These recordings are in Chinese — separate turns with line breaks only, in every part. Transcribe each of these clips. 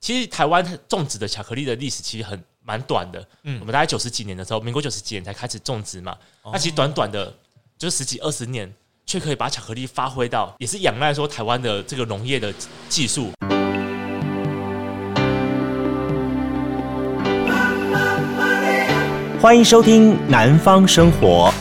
其实台湾种植的巧克力的历史其实很蛮短的，
嗯
我们大概九十几年的时候，民国九十几年才开始种植嘛，那其实短短的就十几二十年，却可以把巧克力发挥到，也是仰赖说台湾的这个农业的技术。
欢迎收听《南方生活》。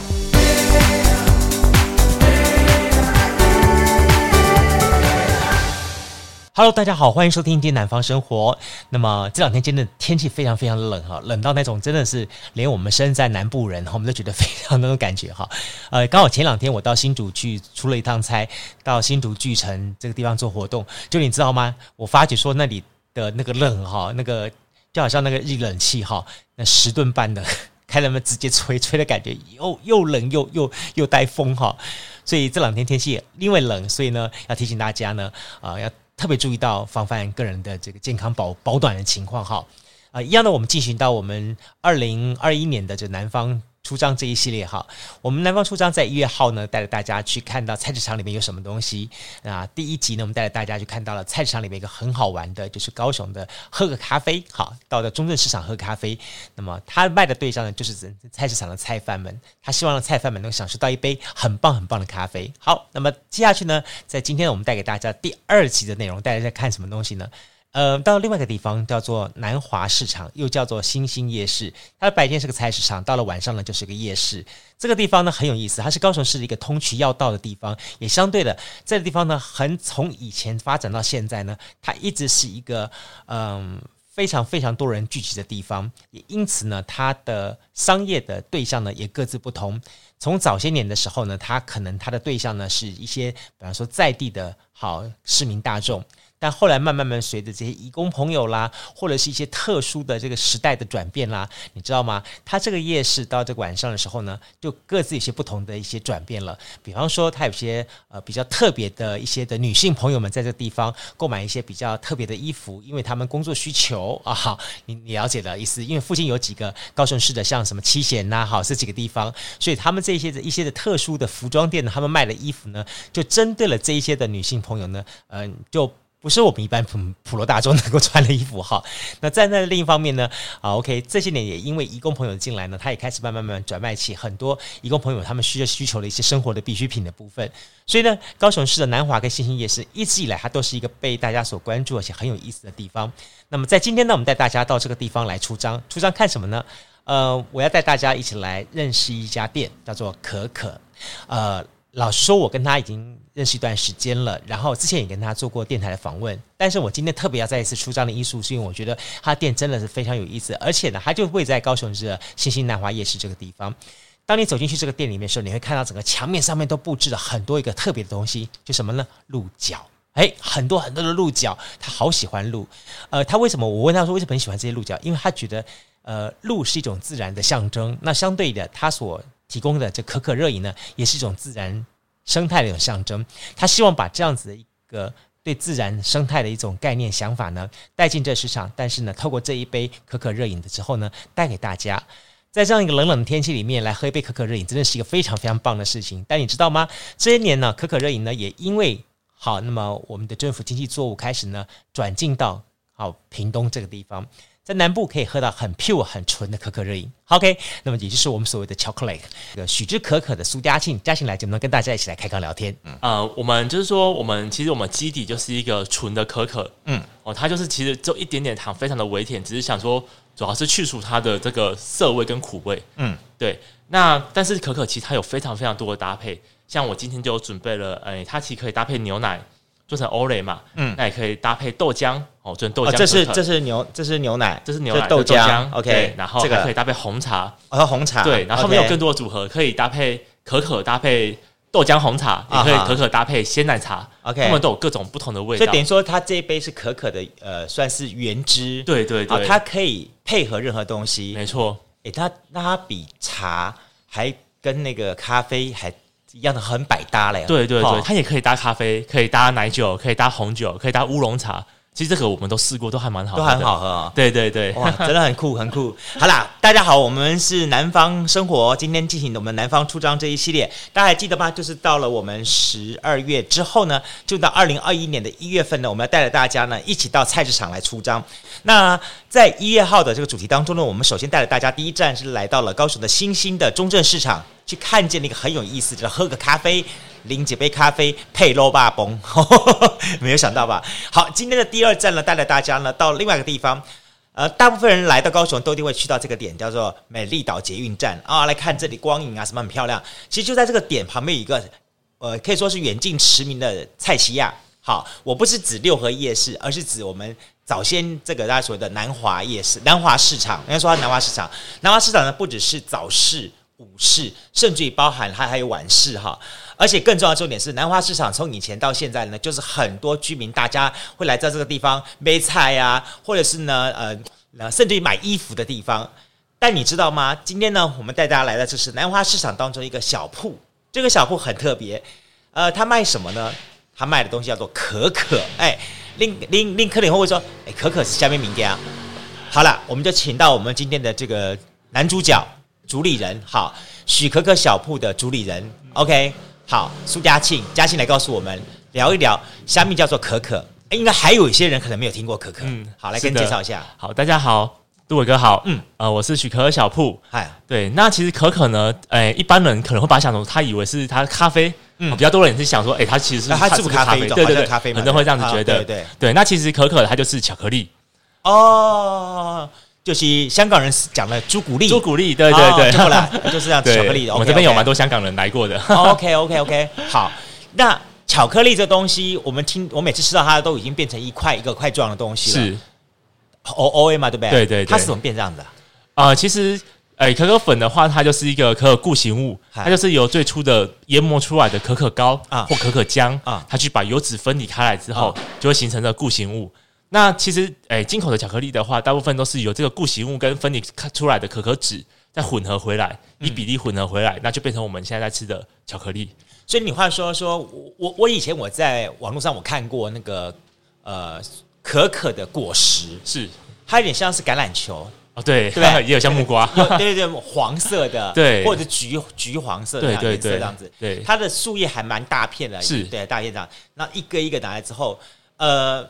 Hello，大家好，欢迎收听《电南方生活》。那么这两天真的天气非常非常冷哈，冷到那种真的是连我们身在南部人，我们都觉得非常那种感觉哈。呃，刚好前两天我到新竹去出了一趟差，到新竹巨城这个地方做活动，就你知道吗？我发觉说那里的那个冷哈，那个就好像那个一冷气哈，那十吨半的 开了门直接吹，吹的感觉又又冷又又又带风哈。所以这两天天气也因为冷，所以呢要提醒大家呢，啊、要特别注意到防范个人的这个健康保保暖的情况哈。啊、一样的，我们进行到我们二零二一年的这南方出张这一系列哈。我们南方出张在一月号呢，带着大家去看到菜市场里面有什么东西。那第一集呢，我们带着大家去看到了菜市场里面一个很好玩的，就是高雄的喝个咖啡，好，到了中正市场喝咖啡。那么他卖的对象呢，就是整菜市场的菜贩们，他希望让菜贩们能享受到一杯很棒很棒的咖啡。好，那么接下去呢，在今天我们带给大家第二集的内容，带大家看什么东西呢？呃，到另外一个地方叫做南华市场，又叫做新兴夜市。它的白天是个菜市场，到了晚上呢就是个夜市。这个地方呢很有意思，它是高雄市的一个通衢要道的地方，也相对的这个地方呢，很从以前发展到现在呢，它一直是一个嗯。非常非常多人聚集的地方，也因此呢，它的商业的对象呢也各自不同。从早些年的时候呢，它可能它的对象呢是一些，比方说在地的好市民大众，但后来慢慢慢随着这些义工朋友啦，或者是一些特殊的这个时代的转变啦，你知道吗？它这个夜市到这个晚上的时候呢，就各自有些不同的一些转变了。比方说，它有些呃比较特别的一些的女性朋友们在这个地方购买一些比较特别的衣服，因为他们工作需求啊。好，你你了解的意思，因为附近有几个高雄市的，像什么七贤呐、好这几个地方，所以他们这些的一些的特殊的服装店呢，他们卖的衣服呢，就针对了这一些的女性朋友呢， 嗯、就。不是我们一般普普罗大众能够穿的衣服哈。那站在另一方面呢，啊，OK，这些年也因为义工朋友进来呢，他也开始慢慢慢慢转卖起很多义工朋友他们需要需求的一些生活的必需品的部分。所以呢，高雄市的南华跟新兴夜市一直以来它都是一个被大家所关注而且很有意思的地方。那么在今天呢，我们带大家到这个地方来出张，出张看什么呢？呃，我要带大家一起来认识一家店，叫做可可。呃，老实说，我跟他已经认识一段时间了，然后之前也跟他做过电台的访问，但是我今天特别要再一次出张的艺术，是因为我觉得他店真的是非常有意思，而且呢，他就位在高雄市的新兴南华夜市这个地方。当你走进去这个店里面的时候，你会看到整个墙面上面都布置了很多一个特别的东西，就什么呢？鹿角。哎，很多很多的鹿角，他好喜欢鹿。呃，他为什么？我问他说为什么你喜欢这些鹿角？因为他觉得，呃，鹿是一种自然的象征。那相对的，他所提供的这可可热饮呢，也是一种自然生态的一种象征。他希望把这样子的一个对自然生态的一种概念想法呢，带进这市场。但是呢，透过这一杯可可热饮的之后呢，带给大家。在这样一个冷冷的天气里面来喝一杯可可热饮，真的是一个非常非常棒的事情。但你知道吗？这些年呢，可可热饮呢也因为好，那么我们的政府经济作物开始呢转进到好屏东这个地方，在南部可以喝到很 pure 很纯的可可热饮。好 OK，那么也就是我们所谓的 chocolate。这个许之可可的苏嘉庆，嘉庆来节目呢跟大家一起来开杠聊天。
呃，我们就是说，我们其实我们基底就是一个纯的可可，
嗯
嗯，哦，它就是其实就一点点糖，非常的微甜，只是想说主要是去除它的这个涩味跟苦味，
嗯
嗯，对。那但是可可其实它有非常非常多的搭配，像我今天就有准备了，哎、它其实可以搭配牛奶做成 o l 嘛，
嗯
嗯，那也可以搭配豆浆哦，做成豆浆可
哦，
可、
这是这是牛这是牛奶，
这是牛奶
豆
这是
浆
对
，OK，
然后
这
还
个
可以搭配红茶，
哦红茶，
对，然后后面有
OK
更多的组合，可以搭配可可搭配豆浆红茶，也
啊哈
可以可可搭配鲜奶茶
OK
它们都有各种不同的味
所以
道
等。于说，它这一杯是可可的，呃，算是原汁。
对对
啊，
对，
它可以配合任何东西。
没错，
诶，它那它比茶还跟那个咖啡还一样的很百搭嘞。
对对
哦
对，它也可以搭咖啡，可以搭奶酒，可以搭红酒，可以搭乌龙茶，其实这个我们都试过，都还蛮好，
都很。好喝
哦
啊、
对对对，
哇，真的很酷， 很酷。好啦，大家好，我们是南方生活，今天进行我们南方出张这一系列，大家还记得吗？就是到了我们十二月之后呢，就到二零二一年的一月份呢，我们要带着大家呢一起到菜市场来出张。那在一月号的这个主题当中呢，我们首先带着大家第一站是来到了高雄的新兴的中正市场，去看见了一个很有意思，就是喝个咖啡。领几杯咖啡配肉霸崩， 没有想到吧？好，今天的第二站呢，带着大家呢到另外一个地方，呃，大部分人来到高雄都一定会去到这个点，叫做美丽岛捷运站啊，来看这里光影啊，什么很漂亮。其实就在这个点旁边有一个，呃，可以说是远近驰名的菜奇亚。好，我不是指六合夜市，而是指我们早先这个大家所谓的南华夜市、南华市场。应该说它南华市场，南华市场呢不只是早市、午市，甚至于包含它还有晚市哈。而且更重要的重点是，南华市场从以前到现在呢，就是很多居民大家会来到这个地方买菜啊，或者是呢，呃，呃甚至于买衣服的地方。但你知道吗？今天呢，我们带大家来的就是南华市场当中一个小铺，这个小铺很特别，呃，它卖什么呢？它卖的东西叫做可可。哎，令令令科林会不会说，哎，可可是下面名店啊？好了，我们就请到我们今天的这个男主角主理人，好，许可可小铺的主理人，OK，好，苏嘉庆，嘉庆来告诉我们聊一聊虾米叫做可可，哎应该还有一些人可能没有听过可可，
嗯
好，来
是
跟你介
的
绍一下，
好，大家好，杜伟哥好，
嗯
嗯，呃，我是许可可小铺。
嗨，
对，那其实可可呢，哎、一般人可能会把它想成他以为是他咖啡，
嗯
嗯，比较多人是想说，哎、他其实是
啊它是
是
不
不
咖啡
啡，
一种
对对
好
对，
像咖啡嘛啊
很多人会这样子觉得，
对对
那其实可可它就是巧克力，
哦，就是香港人讲的朱古力，
朱古力，对对对，
哦、过来就是这样
对
巧克力的，
我们这边有蛮
多。
多香港人来过的，
OK OK OK，好，那巧克力这东西，我们听我每次吃到它都已经变成一块一个块状的东西了，
是
O O A 嘛，对不对？
对对对
它是怎么变这样的啊、
啊，其实。哎，可可粉的话，它就是一个可可固形物，
嗨
它就是由最初的研磨出来的可可膏
啊
或可可浆
啊
它去把油脂分离开来之后，
啊
就会形成的固形物。那其实，哎，进口的巧克力的话，大部分都是由这个固形物跟分离开出来的可可脂再混合回来，以
嗯
比例混合回来，那就变成我们现在在吃的巧克力。
所以你话说说，我我我以前我在网络上我看过那个呃可可的果实，
是
它有点像是橄榄球，
哦，对，
对吧
也有像木 瓜，
有对对对，黄色的，
对
或者是橘橘黄色的
对
那样
对
颜色
对
这样子，
对
它的树叶还蛮大片的，
是
对大片这样，那一个一个拿来之后，呃，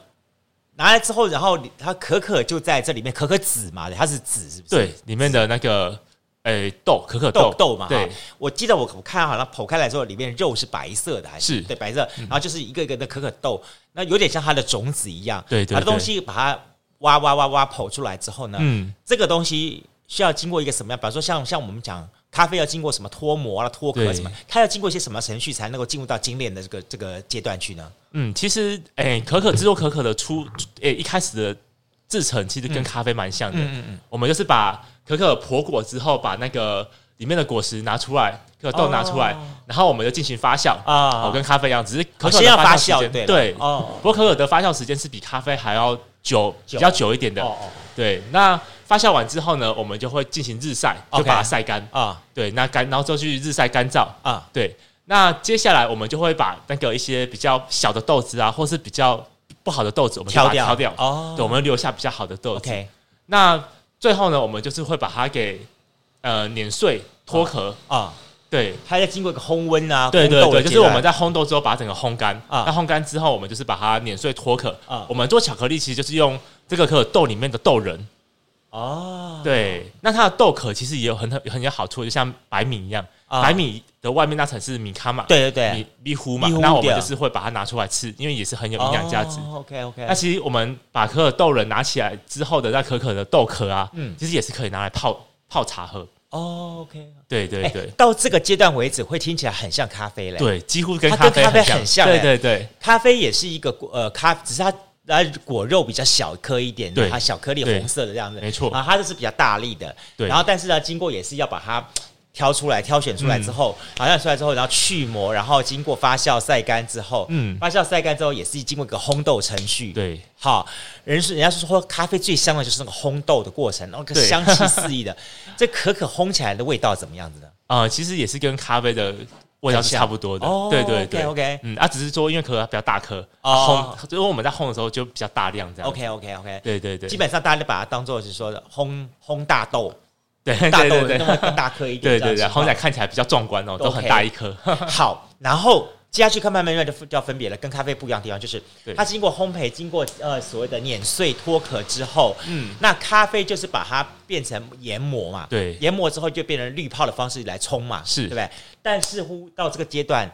拿来之后，然后你它可可就在这里面，可可籽嘛，它是籽是不是？
对，里面的那个，哎，豆，可可
豆
豆，
豆嘛，
对
哈，我记得我我看好像剖开来之后，里面肉是白色的，还
是
对白色，然后就是一个一个的可可豆，那有点像它的种子一样，
对对
把它东
对
西把它挖挖挖挖剖出来之后呢，
嗯，
这个东西需要经过一个什么样？比方说像像我们讲咖啡要经过什么脱模啦、啊脱壳
对
什么，它要经过一些什么程序才能够进入到精炼的这个这个阶段去呢？
嗯，其实诶、可可制作可可的初诶、一开始的制成其实跟咖啡蛮像的。
嗯嗯嗯
我们就是把可可婆果之后，把那个里面的果实拿出来，可可豆拿出来，
哦
然后我们就进行发酵
啊哦
哦，跟咖啡一样，只是可可
先要
的
发
发
酵
时
对
间
了
对。
哦
不过可可的发酵时间是比咖啡还要久，比较久一点
哦
的。
哦
对，那发酵完之后呢，我们就会进行日晒，就
OK
把它晒干。
啊
对，那干，然后就去日晒干燥。
啊
对，那接下来我们就会把那个一些比较小的豆子啊，或是比较不好的豆子，我们就
挑
把它
掉
挑掉。
哦
对，我们留下比较好的豆子。
，OK
那最后呢，我们就是会把它给呃碾碎、脱壳。
啊，
对，
它要经过一个烘温啊，
对对
烘豆的
对，
阶
就是我们
段
在烘豆之后把它整个烘干。
啊
那烘干之后，我们就是把它碾碎、脱壳
啊。
我们做巧克力其实就是用这个可可豆里面的豆仁。
哦，
对，那它的豆壳其实也有很很很有好处，就像白米一样，
啊
白米的外面那层是米糠嘛。
对对对
米，米糊嘛
哎米糊，
那我们
掉哦
就是会把它拿出来吃，因为也是很有营养价值。
OK OK，
那其实我们把可可豆仁拿起来之后的那可可的豆壳啊，
嗯
其实也是可以拿来泡泡茶喝。
哦 OK，
对对
哎
对、
到这个阶段为止会听起来很像咖啡嘞，
对，几乎跟
它
咖
跟
啡
咖啡
很
很像
对
哎
对对
咖啡也是一个果呃咖，只是它它果肉比较小颗一点，
对
它小颗粒
对
红色的这样子，
没错
啊，它就是比较大粒的，
对
然后但是呢，经过也是要把它挑出来、挑选出来之后，
嗯
好像出来之后，然后去膜，然后经过发酵晒干之后，嗯
嗯，
发酵晒干之后也是经过一个烘豆程序，。
对
好，人是人家是说咖啡最香的就是那个烘豆的过程，那个
对
香气四溢的。这可可烘起来的味道怎么样子呢？
啊、呃其实也是跟咖啡的味道是差不多的。
哦
对对对
OK，OK
嗯，啊，只是说因为可乐比较大颗，
哦
烘，就是我们在烘的时候就比较大量这样。
OK OK OK，
对对对，
基本上大家就把它当做是说烘烘大豆，
对对
大豆
对对
那么更大颗一 点，
对
这样
对对，
吃
烘起来看起来比较壮观哦，都很
OK
大一 颗。
好，然后接下去看慢慢慢就就要分别了，跟咖啡不一样的地方就是
对，
它经过烘焙，经过呃所谓的碾碎脱壳之后，
嗯，
那咖啡就是把它变成研磨嘛，
对
研磨之后就变成滤泡的方式来冲嘛，
是
对不对？但似乎到这个阶段，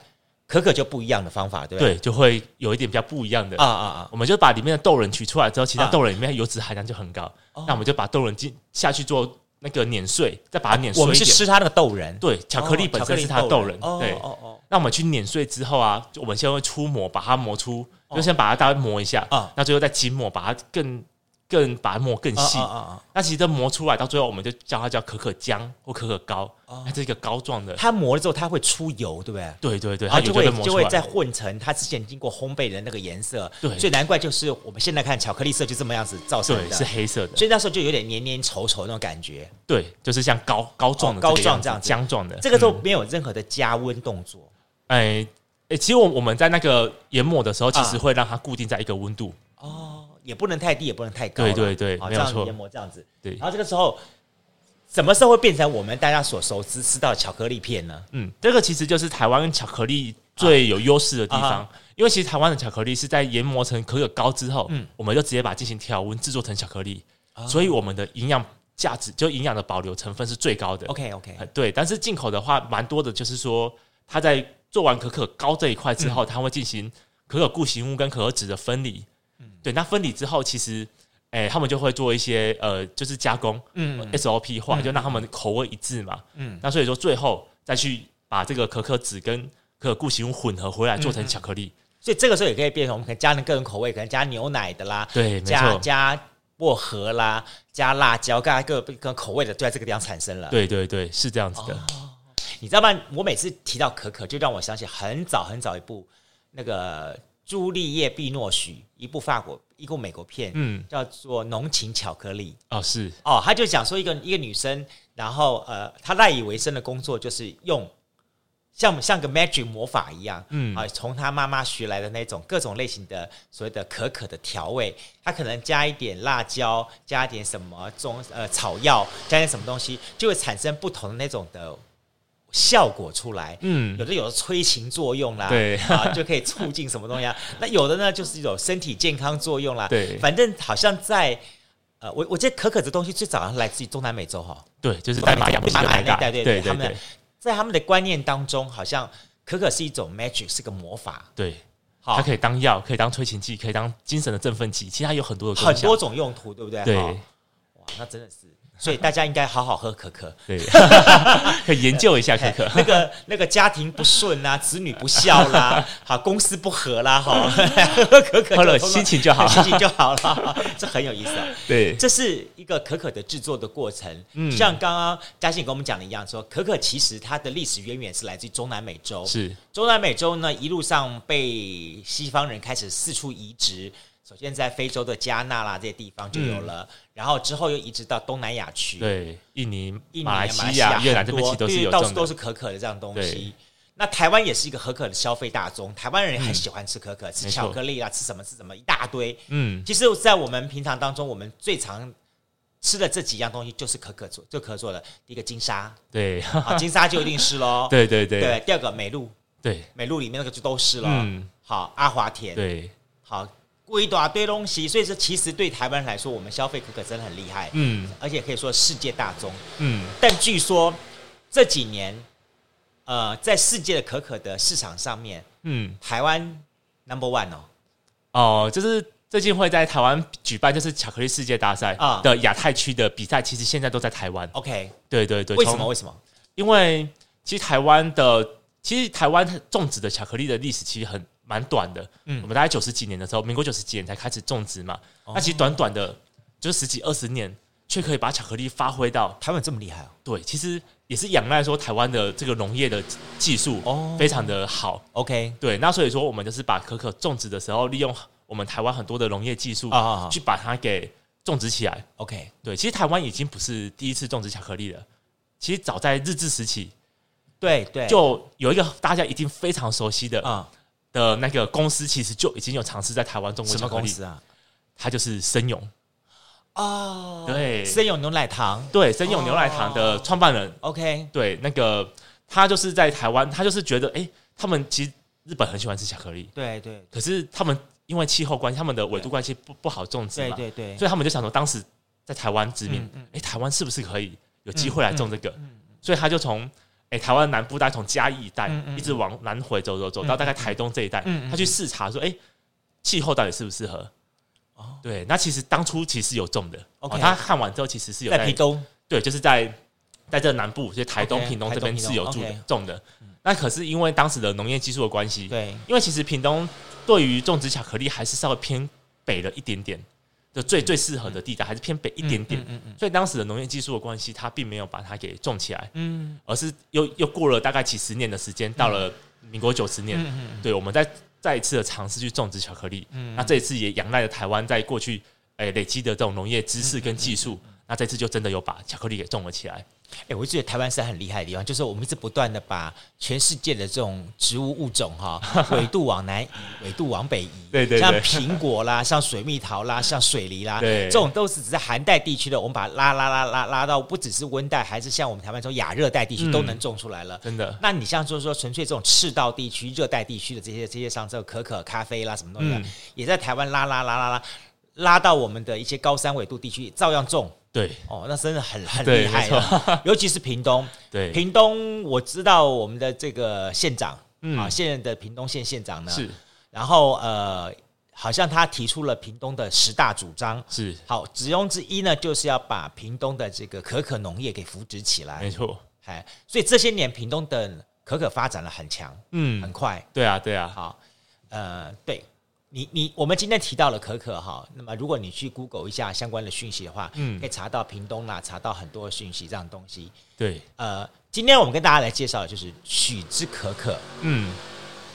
可可就不一样的方法，对不对？
对，就会有一点比较不一样的
啊啊啊！
我们就把里面的豆仁取出来之后，其实它
啊
豆仁里面油脂含量就很高，
哦
那我们就把豆仁进下去做那个碾碎，再把它碾碎
我
一
们是
点。
吃它那个豆仁，
对，巧克力
哦
本
巧克
身
力
是它的豆仁，
哦
对。
哦哦，
那我们去碾碎之后啊，就我们先会粗磨，把它磨出，就先把它大概磨一下
哦啊，
那最后再精磨，把它更更把它磨更
啊
细。
啊啊啊！
那其实这磨出来到最后，我们就叫它叫可可浆或可可膏，
哦
它是一个膏状的。
它磨了之后，它会出油，对不对？
对对对，
然后
它
啊
有
就会
磨
就
出
会
来。
再混成它之前经过烘焙的那个颜色，
啊对
所以难怪就是我们现在看巧克力色就这么样子造成
对，
的，
是黑色的。
所以那时候就有点黏黏稠稠那种感觉。
对，就是像膏膏状的
哦膏
这个
状这样
样
子
子，浆状的。
这个时候
嗯
没有任何的加温动作
哎、哎、其实我我们在那个研磨的时候，其实
啊
会让它固定在一个温度。
哦，也不能太低，也不能太高了，
对对对
好，
没
这
有
样
错
研磨这样子。
对
然后这个时候什么时候会变成我们大家所熟知吃到的巧克力片呢？
嗯，这个其实就是台湾巧克力最有优势的地
啊
方，
啊
因为其实台湾的巧克力是在研磨成可可膏之后，
嗯啊
我们就直接把它进行调温制作成巧克力，所以我们的营养价值就营养的保留成分是最高的。
OK OK，
呃对，但是进口的话，蛮多的，就是说它在做完可可膏这一块之
嗯
后，它会进行可可固形物跟可可脂的分离。
嗯
对，那分离之后，其实，哎、他们就会做一些呃，就是加工，
嗯
嗯，SOP 化，就让他们口味一致嘛。
嗯
嗯，那所以说最后再去把这个可可脂跟可可固形物混合回来，做
嗯
成巧克力。
所以这个时候也可以变成我们可能加了各种口味，可能加牛奶的啦，
对，没
加
错。
加薄荷啦，加辣椒，各各各口味的就在这个地方产生了。
对对对，是这样子的。
哦你知道吗？我每次提到可可，就让我想起很早很早一部那个朱丽叶·碧诺许，一部法国一部美国片，
嗯，
叫做《浓情巧克力
哦，是》
哦，他就讲说一个一个女生，然后呃，她赖以为生的工作就是用。像像个 magic 魔法一样，嗯
嗯
啊，从她妈妈学来的那种各种类型的所谓的可可的调味，她可能加一点辣椒，加一点什么中呃草药，加一点什么东西，就会产生不同的那种的效果出来。
嗯
有的有催情作用啦，
对
啊， 就可以促进什么东西啊。那有的呢，就是有身体健康作用啦。
对
反正好像在呃，我我记得可可这东西最早来自于中南美洲哈、
对，就是在玛雅不行的
玛
白
雅那一
嘎，
哦代对
对
对
对
他们
对
在他们的观念当中，好像可可是一种 magic，是个魔法，
对，
好
它，可以当药，可以当催情剂，可以当精神的振奋剂，其实它有很多的功
很
效
多。种用途，对不对？
对
好哇，那真的是，所以大家应该好好喝可可。
对，可以研究一下可可。
那个 那个家庭不顺啦，子女不孝啦， 好公司不和啦，好 喝可可就
喝了
通通
心情就好
心情就好了，这很有意思、啊。
对
这是一个可可的制作的过程，
嗯
像刚刚嘉欣跟我们讲的一样说可可其实它的历史渊源是来自于中南美洲，
是
中南美洲呢，一路上被西方人开始四处移植。首先在非洲的加纳啦这些地方就有了，然后之后又移植到东南亚去，
嗯对印尼、
印尼、啊
马
马
来
西
西
亚、
亚、越南这边其实
很多
都是
对
有
到
这
处
种
都
的。
是可可的这样东西
对。
那台湾也是一个可可的消费大宗，台湾人很喜欢吃可可，吃
嗯没错
巧克力啦，啊吃什么吃什么一大堆。
嗯，
其实，在我们平常当中，我们最常吃的这几样东西就是可可做，就可可做的。第一个 金沙，
对，。
好，金沙就一定是喽
对对对
对，第二个美露，
对
美露里面那个就都是喽。
嗯
好，阿华田，
对，
好，一大堆东西。所以说，其实对台湾人来说，我们消费可可真的很厉害，
嗯
而且可以说世界大宗。
嗯，
但据说这几年，呃，在世界的可可的市场上面，
嗯，
台湾 number one 哦，
哦，就是最近会在台湾举办，就是巧克力世界大赛
啊
的亚太区的比赛，其实现在都在台湾。
OK，
对对对，
为什么？
从？
为什么？
因为其实台湾的，其实台湾种植的巧克力的历史其实很蛮短的。
嗯哦
我们大概九十几年的时候，民国九十几年才开始种植嘛。那其实短短的，就十几二十年，却可以把巧克力发挥到
台湾有这么厉害哦
对，其实也是仰赖说台湾的这个农业的技术
哦
非常的好。
？OK，
对，那所以说我们就是把可可种植的时候，利用我们台湾很多的农业技术
啊啊啊
去把它给种植起来。
OK，
对，其实台湾已经不是第一次种植巧克力了，其实早在日治时期
对对，
就有一个大家一定非常熟悉的、
啊、
的那个公司，其实就已经有尝试在台湾中国
什
巧
么
克
公
力，
司啊？
它就是森永，
哦，
对
森永哦牛奶糖
对，森永牛奶糖的创办人，
，OK，
对，那个他就是在台湾，他就是觉得，哎、他们其实日本很喜欢吃巧克力，
对对
可是他们因为气候关系，他们的纬度关系不不好种植
对
嘛，
对对，
所以他们就想说，当时在台湾殖民，哎、
嗯
台湾是不是可以有机会来种这个？所以他就从哎、台湾南部带从嘉义一带、
嗯嗯嗯嗯
一直往南回走走走到大概台东这一带，
嗯嗯嗯
他去视察说，哎、气候到底适不适合？
哦
对，那其实当初其实有种的哦
OK
他看完之后其实是有
在屏东，
对，就是在在这南部，所以台东、
OK，
屏东这边
台东
是有住的
屏东，OK
种的。那可是因为当时的农业技术的关系，
对
因为其实屏东对于种植巧克力还是稍微偏北了一点点，就最最适合的地带还是偏北一点点。
嗯嗯
所以当时的农业技术的关系，它并没有把它给种起来，
嗯
而是又又过了大概几十年的时间，到了民国九十年，
嗯
对，我们再再一次的尝试去种植巧克力。
嗯
那这一次也仰赖了台湾在过去哎、累积的这种农业知识跟技
嗯
术，那这次就真的有把巧克力给种了起来。
哎、我就觉得台湾是很厉害的地方，就是我们一直不断的把全世界的这种植物物种 哈，纬度往南移，纬度往北移，
对对对
像苹果啦，像水蜜桃啦，像水梨啦，
对
这种都是只在寒带地区的，我们把它拉拉拉拉拉到不只是温带，还是像我们台湾这种亚热带地区
嗯
都能种出来了。
真的，
那你像就是说纯粹这种赤道地区、热带地区的这些这些像这个可可、咖啡啦什么东西啊，
嗯
也在台湾拉拉拉拉拉拉到我们的一些高山纬度地区，照样种。
对
哦，那真的很很
对
厉害 啊，尤其是屏东。
对
屏东我知道我们的这个县长、
嗯
啊，现任的屏东县县长呢，
是
然后呃，好像他提出了屏东的十大主张。
是
好，其中之一呢，就是要把屏东的这个可可农业给扶植起来
没。错，
哎，所以这些年屏东的可可发展的很强，很
嗯，
快。
对啊对啊，
好，呃，对你你我们今天提到了可可哈，那么如果你去 Google 一下相关的讯息的话，
嗯
可以查到屏东啦，查到很多讯息这样的东西。
对，
呃，今天我们跟大家来介绍的就是许之可可，
嗯，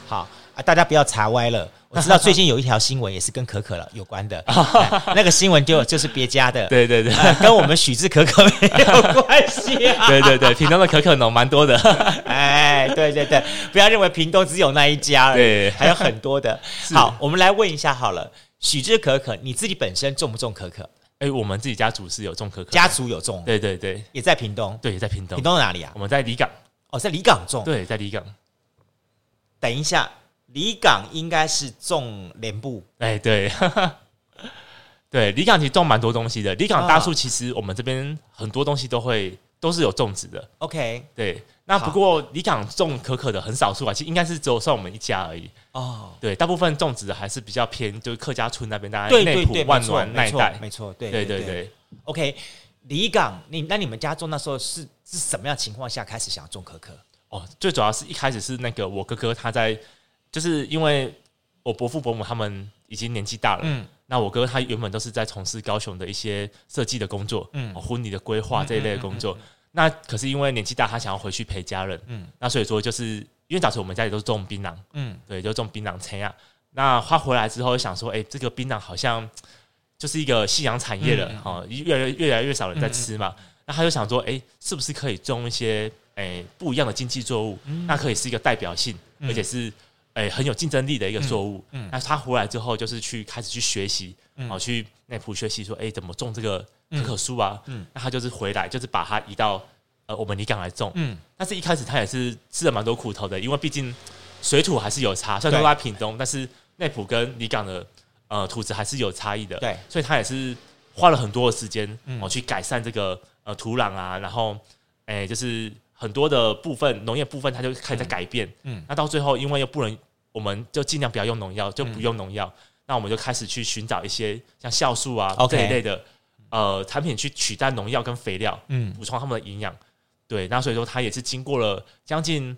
好啊，大家不要查歪了。我知道最近有一条新闻也是跟可可了有关的， 哎那个新闻就就是别家的，
对对对。
呃 跟我们许之可可没有关系啊。
对对对，屏东的可可农蛮多的，
哎，对对对，不要认为屏东只有那一家而已，
对
还有很多 的。好，我们来问一下好了，许之可可，你自己本身种不种可可？
哎，我们自己家族是有种可可，
家族有种，
对对对
也在屏东。
对，也在屏东
屏，东哪里啊
我？们在离港，
哦，在离港种。
对，在离港，
等一下，离港应该是种莲雾。
哎，对， 对，离港其实种蛮多东西的。离港大树其实我们这边很多东西都会都是有种植的。
OK，
对，那
好
不过离港种可可的很少数啊，其实应该是只有算我们一家而已。
哦，
对，大部分种植的还是比较偏，就是客家村那边，大概
对
内
对
埔
对，、没
万
错，
峦那
没
一
错，
带。
没错，对
对对
对。
对，
OK，离港，你那你们家种那时候是是什么样情况下开始想种可可？
哦，最主要是一开始是那个我哥哥他在，就是因为我伯父伯母他们已经年纪大了，
嗯
那我哥他原本都是在从事高雄的一些设计的工作，嗯，
嗯
哦、婚礼的规划这一类的工作。那可是因为年纪大，他想要回去陪家人，
嗯
嗯，那所以说就是因为早期我们家里都是种槟榔，
嗯，
对，就种槟榔陈呀。那他回来之后想说，哎、这个槟榔好像就是一个夕阳产业了
嗯嗯，嗯
哦，越来越来越少人在吃嘛。那他就想说，哎、是不是可以种一些哎、不一样的经济作物？
嗯
那可以是一个代表性，而且是哎、很有竞争力的一个作物。
嗯嗯
那他回来之后，就是去开始去学习，
嗯
哦，去内埔学习说，哎、怎么种这个可可树啊？
嗯
那他就是回来，就是把它移到呃我们离港来种。
嗯
但是一开始他也是吃了蛮多苦头的，因为毕竟水土还是有差，虽然说
对
他屏东，但是内埔跟离港的呃土质还是有差异的，
对，
所以他也是花了很多的时间
嗯
哦去改善这个呃土壤啊，然后哎、就是很多的部分农业部分他就开始在改变，
嗯
嗯
嗯，
那到最后因为又不能，我们就尽量不要用农药，就不用农药，那我们就开始去寻找一些像酵素啊
嗯 OK
这一类的呃产品去取代农药跟肥料，
嗯
补充他们的营养。对，那所以说他也是经过了将近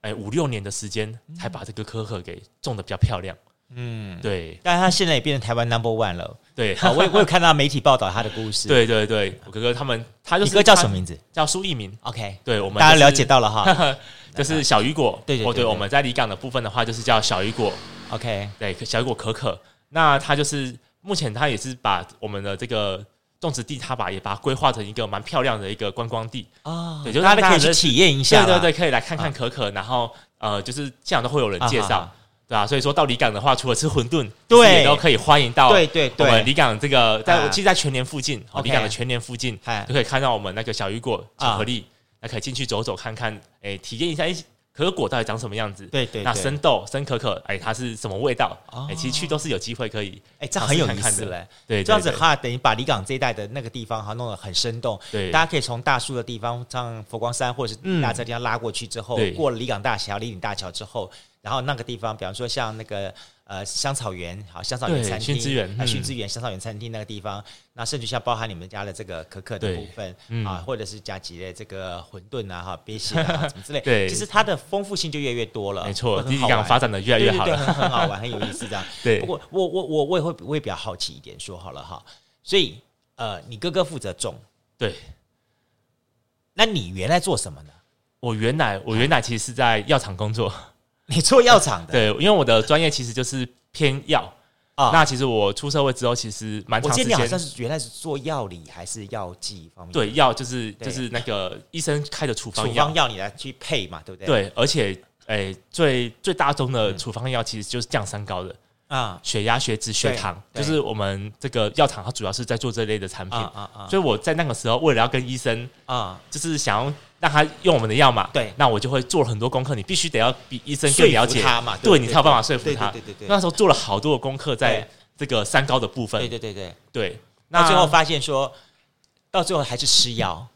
哎五六年的时间，才把这个可可给种的比较漂亮。
嗯，
对
但是他现在也变成台湾 Number One 了。
对
好，我有我有看到媒体报道他的故事。，
对对对，我哥哥他们，他就
你
是
哥叫什么
他
名字
叫苏一鸣。
？OK，
对我们
大家
就是
了解，到了哈。
就是小雨果。
对对对
哦对，
对
我们在离港的部分的话，就是叫小雨果。
OK，
对，小雨果可可。那他就是目前他也是把我们的这个种植地它把也把它规划成一个蛮漂亮的一个观光地，
啊，
对就是
大家
大
哦可以
家
去
的
体验一下啦。啊
对对对，可以来看看可可，然后呃，就是现场都会有人介
啊
绍
啊，
对啊，所以说到离港的话，除了吃馄饨，
对
其实也都可以欢迎到
对对
我们
对，
离港这个，
啊
在其实，在全年附近，哦
OK
离港的全年附近
哎
就可以看到我们那个小雨果
啊
巧克力，那可以进去走走看看，哎，体验一下哎可可果到底长什么样子。
对对
那
对
生豆、生可可，哎，它是什么味道
哦？
哎，其实去都是有机会可以，
哎，这很有
尝
意
试看看
思
的
嘞。
对，
这样子
对，
哈，等于把离港这一带的那个地方哈弄得很生动。
对
大家可以从大树的地方，像佛光山或者是大这地方拉过去之后，
对
过了离港大桥、离岭大桥之后，然后那个地方，比方说像那个呃香草园，好香草园
对
餐厅，
薰之园
啊
嗯
薰之园香草园餐厅那个地方，那甚至像包含你们家的这个可可的
对
部分
嗯
啊，或者是加几类这个馄饨啊、哈鳖蟹啊什么之类，
对
其实它的丰富性就越来越多了，
没错，
哎会很
离
好玩
港发展的越来越好
对对
了。
对很很好玩，很有意思这样。
对
不过我我我我也会我也比较好奇一点，说好了哈，所以呃，你哥哥负责种，
对，
那你原来做什么呢？
我原来我原来其实是在药厂工作，
你做药厂的，
对，因为我的专业其实就是偏药。
啊
那其实我出社会之后，其实蛮
我
长
记
时
得你好
间
像是原来是做药理还是药剂方面，，
对药就是
对
就是那个医生开的处
处
方药
方，药你来去配嘛，对不对？嗯
对，而且诶、最最大宗的处方药其实就是降三高的，
啊
血压、血脂、血糖，
对
就
对
是我们这个药厂它主要是在做这类的产品。
啊啊啊
所以我在那个时候，为了要跟医生，
啊！
就是想要让他用我们的药嘛，
对
那我就会做了很多功课，你必须得要比医生更了
说
解
服他嘛对
对
对
你才有办法说服
对
他。
对对对对
那时候做了好多的功课，在
对
这个三高的部分，
对对对对，
对，
那
那
最后发现说，到最后还是吃药，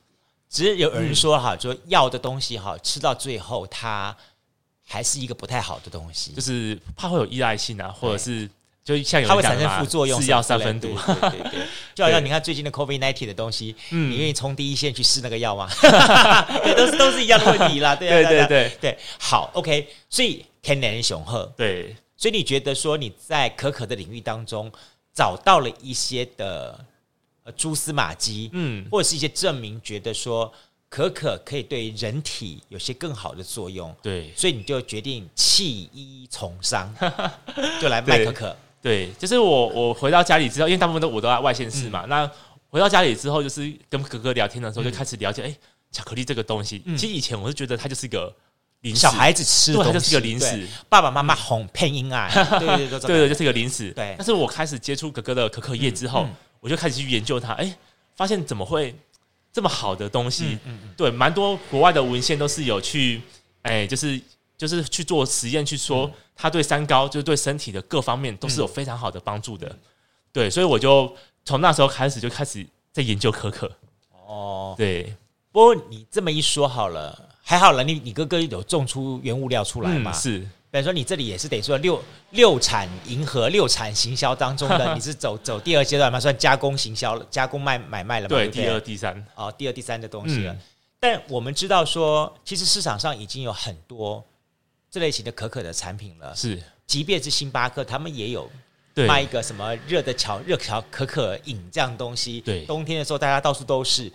只是有
嗯
人说哈，说药的东西哈，吃到最后它还是一个不太好的东西
就，是怕会有依赖性啊，或者是就像有人
它会
讲
产
的
生
嘛
副作用
是
什么
药
之
三
类
分
对
毒，
对对 对，就好像你看最近的 COVID nineteen 的东西，你愿意冲第一线去试那个 药吗？对，都是都是一样的问题啦，对啊
对
啊
对
对啊
对
对，好，OK，所以天然雄鹤，
对，
所以你觉得说你在可可的领域当中找到了一些的呃蛛丝马迹，
嗯，
或者是一些证明，觉得说可可可以对人体有些更好的作用，
对
所以你就决定弃医从 商，就来卖
对
可可。
对，就是我我回到家里之后，因为大部分都我都在外县市
嗯
嘛，那回到家里之后，就是跟哥哥聊天的时候，就开始了解，哎，巧克力这个东西，其实以前我是觉得它就是个零食，
嗯小孩子吃的
对它
东
就
西，
是个零食
对，爸爸妈妈哄配音 啊，对对对对
对对，
对
就是个零食。
对
但是我开始接触哥哥的可可叶之后，
嗯嗯
我就开始去研究它，哎，发现怎么会这么好的东西？对，蛮多国外的文献都是有去，哎，就是就是去做实验，去说、它对三高，就是对身体的各方面都是有非常好的帮助的。对，所以我就从那时候开始就开始在研究可可。
哦。
对，
不过你这么一说好了，还好了，你你哥哥有种出原物料出来嘛？
嗯，是，
比如说你这里也是得说六六产迎合六产行销当中 的，你是走走第二阶段嘛，算加工行销了，加工卖买卖了嘛？对
对，
不
第
对，
二、第三，
哦，第二、第三的东西了。
嗯
但我们知道说，其实市场上已经有很多这类型的可可的产品了，
是
即便是星巴克，他们也有
对，
卖一个什么热的巧热巧可可饮这样东西。
对
冬天的时候大家到处都是。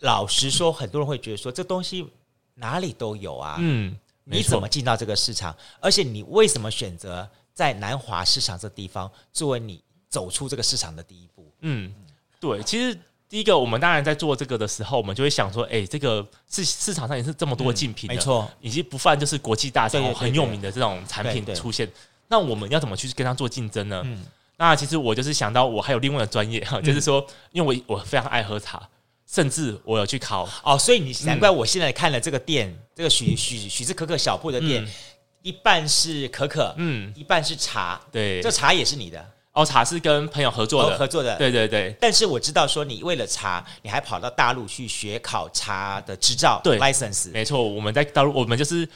老实说，很多人会觉得说这东西哪里都有啊，
嗯，没
你怎
错
么进到这个市场？而且你为什么选择在南华市场这地方作为你走出这个市场的第一步？
嗯，对，其实第一个，我们当然在做这个的时候，我们就会想说，哎、这个市市场上也是这么多竞品、
嗯没，错，
以及不犯就是国际大
对对
厂
对
很有名的这种产品
对对
出现，那我们要怎么去跟它做竞争呢？
嗯
那其实我就是想到我还有另外的专业哈，就是说，因为我我非常爱喝茶，甚至我有去考，
哦，所以你难怪我现在看了这个店，这个许许许之可可小铺的店，
嗯
一半是可可，
嗯，
一半是茶，
对
这，茶也是你的
哦，茶是跟朋友合作
哦
的，
合作的。
对对对
但是我知道说你为了茶，你还跑到大陆去学考茶的执照
对
license
没错，我们在大陆，我们就是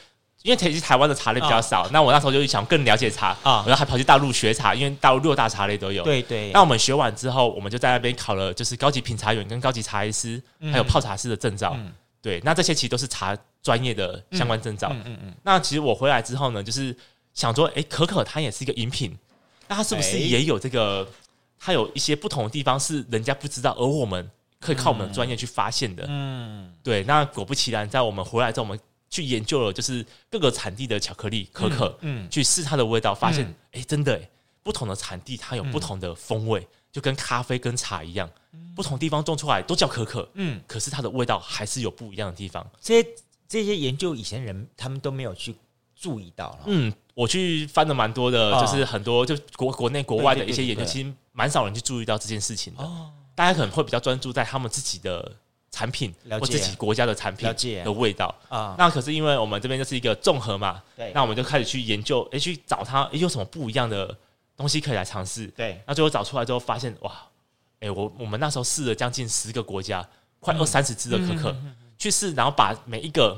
因为其实台湾的茶类比较少，那我那时候就想更了解茶啊，
啊
然后还跑去大陆学茶，因为大陆六大茶类都有。
对对
那我们学完之后，我们就在那边考了，就是高级品茶员、跟高级茶艺师，
嗯
还有泡茶师的证照。对，那这些其实都是茶专业的相关证照。那其实我回来之后呢，就是想说，诶，可可它也是一个饮品，那它是不是
诶
也有这个？它有一些不同的地方是人家不知道，而我们可以靠我们的专业去发现的。
嗯，
对，那果不其然，在我们回来之后，我们去研究了，就是各个产地的巧克力可可，
嗯
去试它的味道，发现哎、诶真的、诶不同的产地它有不同的风味，就跟咖啡跟茶一样，不同地方种出来都叫可可，
嗯，
可是它的味道还是有不一样的地方。
这些这些研究以前人他们都没有去注意到了。
嗯，我去翻了蛮多的，
啊
就是很多就国国内国外的
对对
一些
对
研究，
对
其实蛮少人去注意到这件事情的。
哦，
大家可能会比较专注在他们自己的产品
了
或
解
自己国家的产品
了解
的味道。
啊，
那可是因为我们这边就是一个综合嘛，
对
那我们就开始去研究，诶，去找它诶有什么不一样的东西可以来尝试。
对，
那最后找出来之后，发现哇，诶，我我们那时候试了将近十个国家，快二三十支的可可、去试，然后把每一个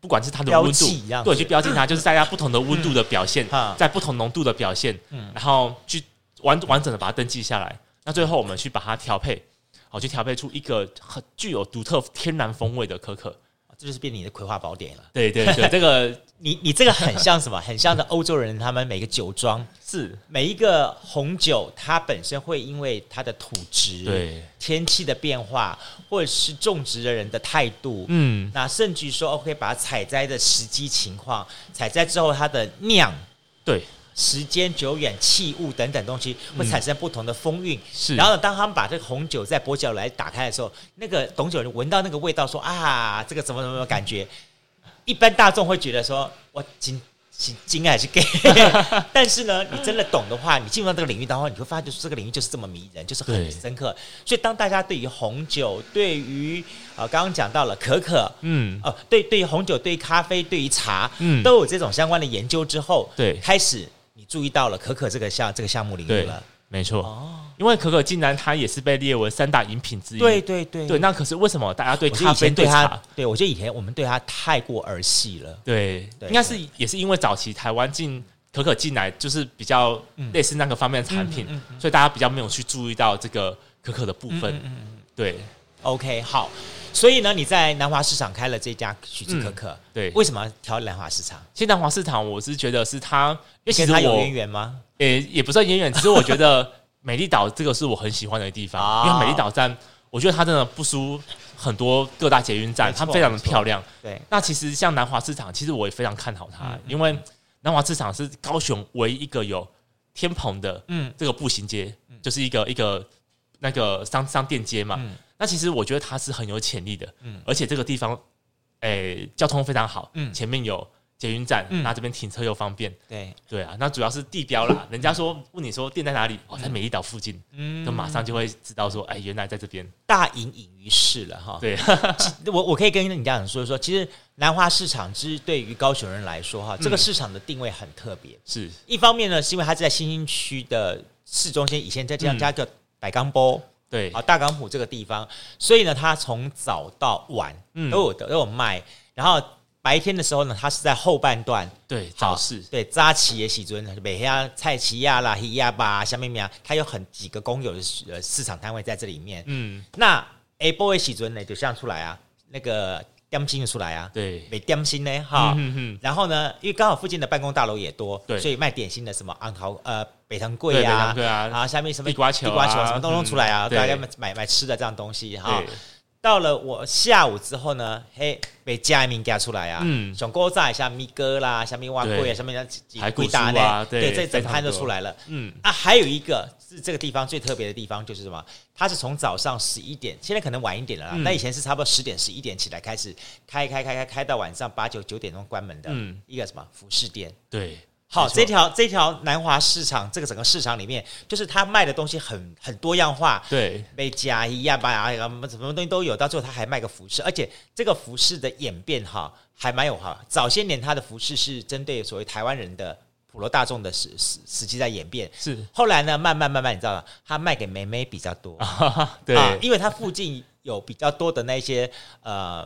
不管是它的
标
温度
记一样，
对，
是
去标记它，就是在它不同的温度的表现，
哈
在不同浓度的表现，然后去完完整的把它登记下来。那最后我们去把它调配，好，去调配出一个很具有独特天然风味的可可。
这就是变你的葵花宝典了。
对对对，这个
你你这个很像什么？ 很像的欧洲人，他们每个酒庄，
是
每一个红酒，它本身会因为它的土质、
对
天气的变化，或者是种植的人的态度，
嗯，
那甚至于说，OK，把它采摘的时机情况，采摘之后它的酿
对
时间久远、器物等等东西，会产生不同的风韵。
嗯是，
然后呢，当他们把这个红酒在薄酒来打开的时候，那个懂酒人闻到那个味道说，啊，这个怎么怎么感 觉？一般大众会觉得说，我今今今还 是 gay，但是呢，你真的懂的话，你进入到这个领域的话，你会发现就是这个领域就是这么迷人，就是很
对
深刻。所以当大家对于红酒，对于呃刚刚讲到了可可，
嗯
呃，对对于红酒、对于咖啡、对于茶，
嗯
都有这种相关的研究之后，
对
开始你注意到了可可这个项这个项目领域
对
了。，
没错，
哦，
因为可可竟然它也是被列为三大饮品之一。
对对对
嗯对，那可是为什么大家对
我觉得
咖
以
啡
前对他
茶？，
对我觉得以前我们对他太过儿戏了。
对，
对
应该是也是因为早期台湾进可可进来，就是比较
嗯
类似那个方面的产品，所以大家比较没有去注意到这个可可的部
嗯
分。对
OK，好，所以呢，你在南华市场开了这家许之可可，
嗯对，
为什么挑南华市场？
现代华市场，我是觉得是它，因为其
跟
实
他有
我
渊源吗？
也也不算远远，只是我觉得 美丽岛这个是我很喜欢的地
啊
方，因为美丽岛站，我觉得它真的不输很多各大捷运站，
没错
它非常的
没错
漂亮。
对，
那其实像南华市场，其实我也非常看好
嗯
它，因为南华市场是高雄唯一一个有天棚的，
嗯
嗯，这个步行街，就是一个一个那个商商店街嘛。那其实我觉得它是很有潜力的，
嗯
而且这个地方，诶、交通非常好，
嗯
前面有捷运站，
嗯
那这边停车又方便，
对，
对啊，那主要是地标啦。人家说问你说店在哪里，哦，在美丽岛附近，
嗯
就马上就会知道说，哎，原来在这边。
大隐隐于市了哈。
对，
我我可以跟你讲说说，其实南华市场之对于高雄人来说哈，这
嗯
个市场的定位很特别。
是，
一方面呢，是因为它在新兴区的市中心，以前在这样
嗯
加个百冈波
对
啊，大港埔这个地方，所以呢，它从早到晚
嗯
都有的都有卖。然后白天的时候呢，它是在后半段，
对，早
好
市，
对扎旗的喜尊，北黑啊、菜奇亚啦、黑亚吧、下面面啊，它有很几个公有的市呃市场摊位在这里面。
嗯，
那 A boy 喜尊呢，就像出来啊，那个点心就出来啊，
对，
没点心呢哈。
嗯哼哼
然后呢，因为刚好附近的办公大楼也多，
对
所以卖点心的什么昂桃呃北藤
对
贵
北
呀、
藤贵啊
下面什么
地瓜球啊
地瓜球什么都弄出来啊，
嗯
大家
对
买买买吃的这样东西哈
对。，
到了我下午之后呢，嘿，被加明加出来啊，嗯，
嗯
熊锅炸一下米哥啦，下面蛙贵啊，
对
下面
排骨
贵大
酥啊
呢，
对
这整
非常
摊就
多
出来了。
嗯，
啊，还有一个是这个地方最特别的地方就是什么？它是从早上十一点，现在可能晚一点了啦。
嗯
那以前是差不多十点、十一点起来开始开开开开开到晚上八九九点钟关门的，
嗯
一个什么服饰店。
对，
好，
没错
这条这条南华市场这个整个市场里面，就是它卖的东西很很多样化，
对，
被加一呀、吧呀，什么什么东西都有。到最后，他还卖个服饰，而且这个服饰的演变哈，还蛮有哈。早些年他的服饰是针对所谓台湾人的普罗大众的时时时期在演变，
是，
后来呢，慢慢慢慢，你知道吗？他卖给妹妹比较多，
对，
啊，因为它附近有比较多的那些呃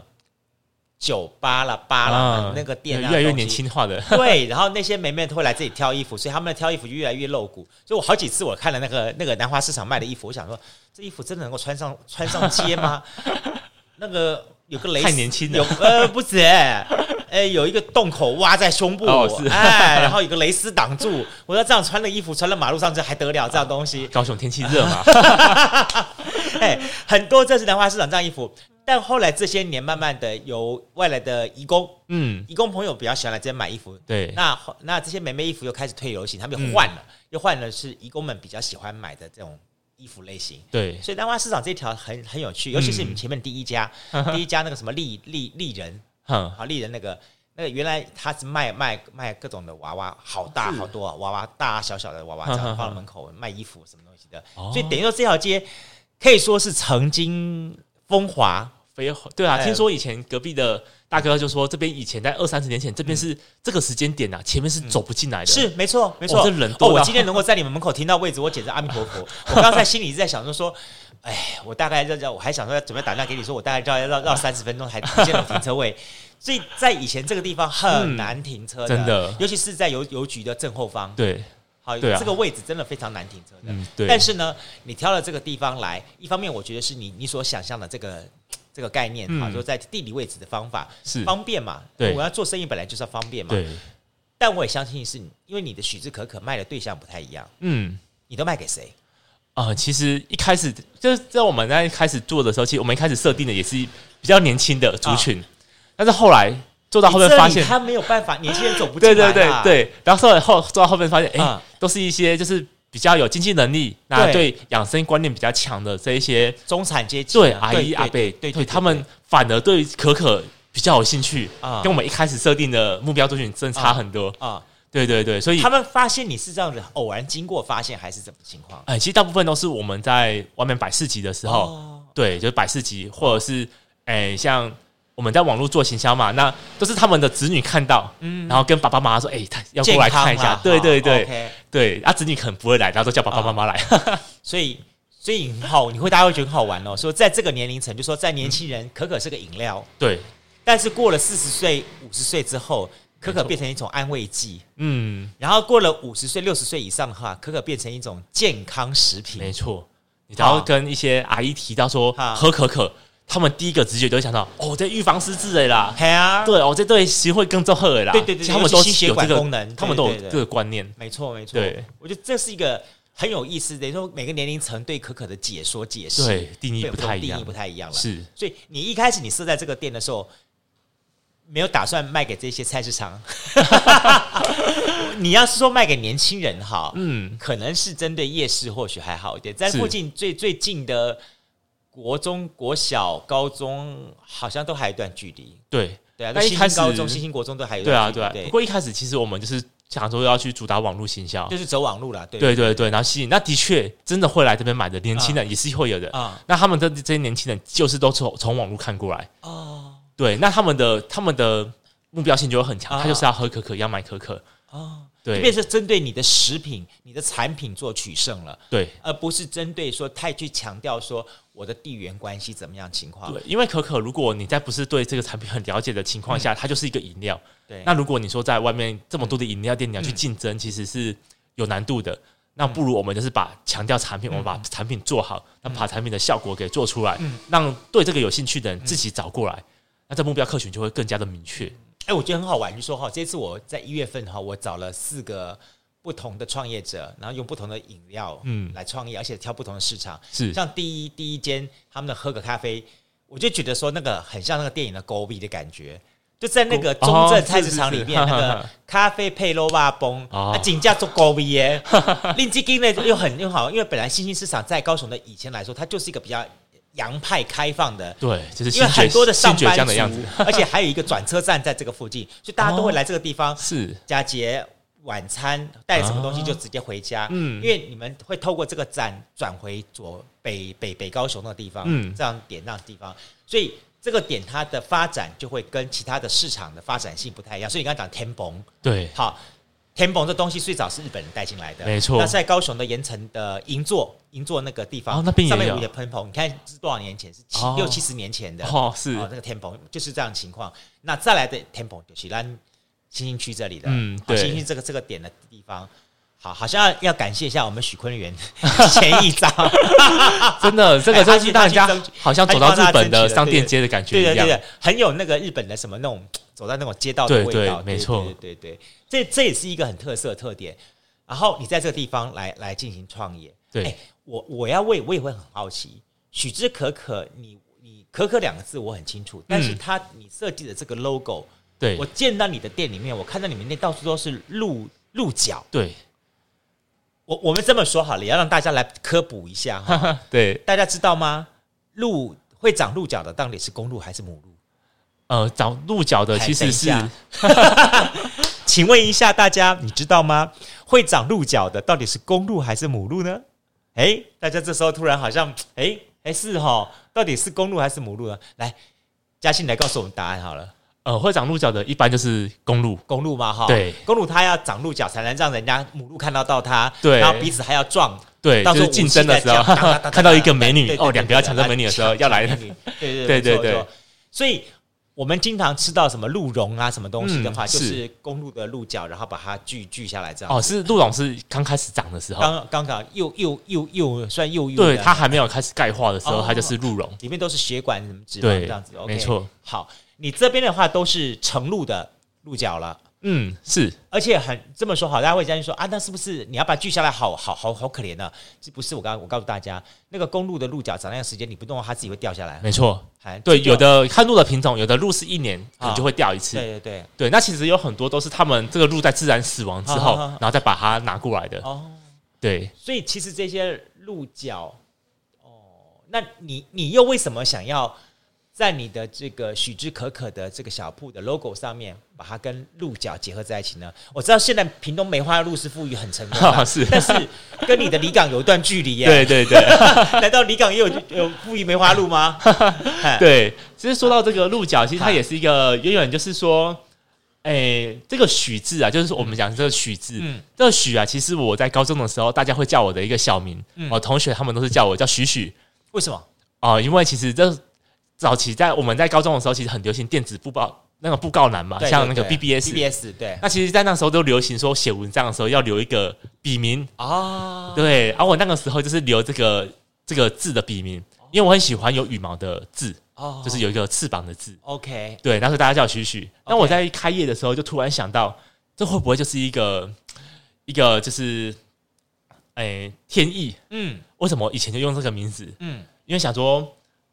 酒吧啦、吧啦、
啊
那个店啊，
越来越
东西
年。轻化的，
对，然后那些妹妹都会来这里挑衣服，所以他们的挑衣服就越来越露骨。所以我好几次我看了那个那个南华市场卖的衣服，我想说这衣服真的能够穿上穿上 街吗？那个有个蕾丝
太年轻了
有呃不止、欸，呃有一个洞口挖在胸部，
哦是
哎，然后有个蕾丝挡住。我说这样穿的衣服穿到马路上这还得了？这样东西，
高雄天气热 嘛，
哎，很多这是南华市场这样衣服，但后来这些年慢慢的有外来的移工，
嗯，
移工朋友比较喜欢来这边买衣服，
对，嗯
那后那这些美眉衣服又开始退流行，他们又换了，又换了是义工们比较喜欢买的这种衣服类型。
对，
所以南瓜市场这条很很有趣，尤其是
嗯
你们前面第 一家，第一家那个什么丽丽丽人
哼，
啊，丽人那个那个原来他是卖卖卖各种的娃娃，好大好多啊娃娃，大大小小的娃娃，这
哼哼
样
哼
放到门口卖衣服什么东西的，
哦
所以等于说这条街可以说是曾经风华，
飞对啊，
哎
听说以前隔壁的大哥就说，这边以前在二三十年前，这边是这个时间点啊，前面是走不进来的，
嗯是没错，没错。
这人多啊
哦我
到
今天能够在你们门口听到位置，我简直阿弥陀佛。我刚才心里一直在想说说，哎，我大概要要，我还想说要准备打电话给你说，我大概要要要三十分钟才见到停车位。所以在以前这个地方很难停车
嗯
的，
真的
尤其是在邮邮局的正后方，
对，
好，
对啊
这个位置真的非常难停车的。
嗯，对，
但是呢，你挑了这个地方来，一方面我觉得是你你所想象的这个这个概念，
嗯
好，说在地理位置的方法
是
方便嘛，
对
我要做生意本来就是要方便嘛，
对，
但我也相信是你，因为你的许之可可卖的对象不太一样，
嗯。
你都卖给谁？
啊、其实一开始就是在我们在开始做的时候，其实我们一开始设定的也是比较年轻的族群，但是后来做到后面
啊你这
发
里
现，
他没有办法，年轻人走不进
对
来啊
对对
啦，
对，然后后来后做到后面发现，哎、
啊
都是一些就是比较有经济能力，那
对
对养生观念比较强的这一些，
中产阶级啊，
对阿姨阿伯，
对对对，
他们反而对可可比较有兴趣，
啊
跟我们一开始设定的目标族群真的差很多，
啊，
对对对，所以
他们发现你是这样子，偶然经过发现还是怎么情况？
哎、其实大部分都是我们在外面摆市集的时候，
哦
对，就是摆市集，或者是哎、像我们在网络做行销嘛，那都是他们的子女看到，然后跟爸爸妈妈说，哎、他要过来看一
嗯健康
下
啦，
对对
好
对、
，OK
对，啊，子女可能不会来，然后都叫爸爸妈妈来，
所以。所以很好，你会大家会觉得很好玩哦。说在这个年龄层，就说在年轻人，可可是个饮料，
对，
但是过了四十岁、五十岁之后，可
没
可
错
变成一种安慰剂。
嗯，
然后过了五十岁、六十岁以上的话，可可变成一种健康食品。
没错，你只要跟一些阿姨提到说
好
喝可可，他们第一个直觉就会想到，哦，这预防失智的啦。
嘿啊，
对，哦，这对谁会更重喝的啦？
对对对
其实他们
尤其
都
心血
有这
管
个
功能
他们都有
对对对
这个观念。
没错，没错。
对，
我觉得这是一个很有意思，等于说每个年龄层对可可的解说解释，
对，定
会
义
有
不
同
太一
定
样
义不，太一样了。，
是
所以你一开始你设在这个店的时候，没有打算卖给这些菜市 场。你要是说卖给年轻人哈，
嗯，
可能是针对夜市，或许还好一点，在
是
附近最最近的。国中、国小、高中好像都还有一段距离，
对
对啊，
那一
新兴
开始
高中、新兴国中都还有一
对啊
段距
对啊。
离
不过一开始其实我们就是想说要去主打网络行销
对，，就是走网路了，对
对对对，然后吸引那的确真的会来这边买的年轻人也是会有的。
啊
那他们的这些年轻人就是都从从网络看过来，
哦
对，那他们的他们的目标性就会很强，
啊
他就是要喝可可，要买可可，
哦，就变
对
成针对你的食品、你的产品做取胜了，
对
而不是针对说太去强调说我的地缘关系怎么样情况。
对，因为可可如果你在不是对这个产品很了解的情况下，它就是一个饮料。
嗯对，嗯
那如果你说在外面这么多的饮料店，你要去竞争，其实是有难度的。那不如我们就是把强调产
嗯
品，我们把产品做好，那把产品的效果给做出来，
嗯
让对这个有兴趣的人自己找过来，那这目标客群就会更加的明确。
哎、我觉得很好玩，就说哈，这次我在一月份哈，我找了四个不同的创业者，然后用不同的饮料嗯
嗯
来创业，而且挑不同的市场。
是
像第一第一间他们的喝个咖啡，我就觉得说那个很像那个电影的勾逼的感觉。就在那个
勾
中正
哦
菜
是
市
是
场里
是
面，那个咖啡配肉霸崩，
哦
啊，井价做高 逼耶，另这境内又很又好，因为本来新兴市场在高雄的以前来说，它就是一个比较洋派开放的，
对，就是
因为
新
很
觉
多的上
新觉
班
江
族
的样子，
而且还有一个转车站在这个附近，所以大家都会来这个地方
是
佳节晚餐，带什么东西就直接回家。嗯，
嗯
因为你们会透过这个站转回左北北北高雄那个地方，嗯，
嗯
这样点那个地方，所以这个点它的发展就会跟其他的市场的发展性不太一样。所以你刚刚讲天崩，
对，
好，天崩这东西最早是日本人带进来的，
没错
那在高雄的盐城的银座，银座那个地方，
哦那边也
上面
有
有的喷棚，你看是多少年前？是七、
哦
六七十年前的
哦是
哦，那个天棚就是这样的情况。那再来的天棚就是咱新兴区这里的，
嗯
好
对
新兴这个这个点的地方。好，好像要感谢一下我们许坤元 前一 招，
真的这
哎
个
他
就
去
是让人家
他去争
好像走到
他去帮
日
他
本
争取了
的商
对
店
对
街的感觉
对
一
的
样，
对的，很有那个日本的什么那种走在那种街道的味道，
对对没错
对对对，这这也是一个很特色的特点。然后你在这个地方来来进行创业，
对
哎我我要为我也会很好奇，许之可可，你你可可两个字我很清楚，但
嗯
是它你设计的这个 logo，、
对
我见到你的店里面，我看到你们店到处都是鹿鹿角，
对，
我我们这么说好了，也要让大家来科普一下哈。
对，
大家知道吗？鹿会长鹿角的到底是公鹿还是母鹿？
呃，找鹿角的
哎
其实是
等一下请问一下大家，你知道吗？会长鹿角的到底是公鹿还是母鹿呢？哎，大家这时候突然好像，哎哎是哈，到底是公鹿还是母鹿呢？来，嘉欣你来告诉我们答案好了。
呃会长鹿角的，一般就是公鹿。
公鹿嘛哈，
对，
公鹿它要长鹿角才能让人家母鹿看到到它，
对
然后彼此还要撞，
对，
到
就
时候
是竞争的时
武器 在
候
讲，
看到一个美
对
女
对，对
哦，
对
两个要抢争美女的时候要来，
对
了。
对对
对
对
对对。
对没错没错所以我们经常吃到什么鹿茸啊、什么东西的话，
嗯
就是是公鹿的鹿角，然后把它锯锯下来这样。
哦，是鹿茸是刚开始长的时候，
刚刚刚幼幼幼幼算幼幼的，
对，它还没有开始钙化的时候，
哦
它就是鹿茸。
里面都是血管什么脂肪
对
这样子，
没错。
好，你这边的话都是成鹿的鹿角了。
嗯，是
而且很这么说好，大家会相信说啊，那是不是你要把它锯下来好？好好好可怜呢、啊？是不是？我刚我告诉大家，那个公鹿的鹿角长那样时间，你不动它自己会掉下来。啊
没错。
还
对，
掉
有的看鹿的品种，有的鹿是一年可
啊
能就会掉一次。
对对对
对，那其实有很多都是他们这个鹿在自然死亡之后，
啊啊啊
然后再把它拿过来的。
哦，
对，
所以其实这些鹿角哦，那你你又为什么想要在你的这个许之可可的这个小铺的 logo 上面把它跟鹿角结合在一起呢？我知道现在屏东梅花鹿是富裕很成 功嘛，
是
哦但是跟你的离港有一段距离耶。
对对对
难道离港也有有富裕梅花鹿 吗？
对。其实说到这个鹿角，其
啊
实它也是一个远远就是说，诶、这个许字啊，就是说我们讲这个许字，
嗯
这个许啊，其实我在高中的时候，大家会叫我的一个小名，
嗯
我同学他们都是叫我叫许许
为什么？
哦、因为其实这早期在我们在高中的时候，其实很流行电子布告那个布告栏嘛，
对
像那个
对
BBS。
BBS 对
那其实，在那时候都流行说写文章的时候要留一个笔名，
啊，
对，而、我那个时候就是留这个这个字的笔名，因为我很喜欢有羽毛的字，
哦
就是有一个翅膀的字。
OK
对，那时候大家叫我许许。那
OK
我在开业的时候就突然想到，这会不会就是一个一个就是，哎、天意？
嗯
为什么以前就用这个名字？
嗯
因为想说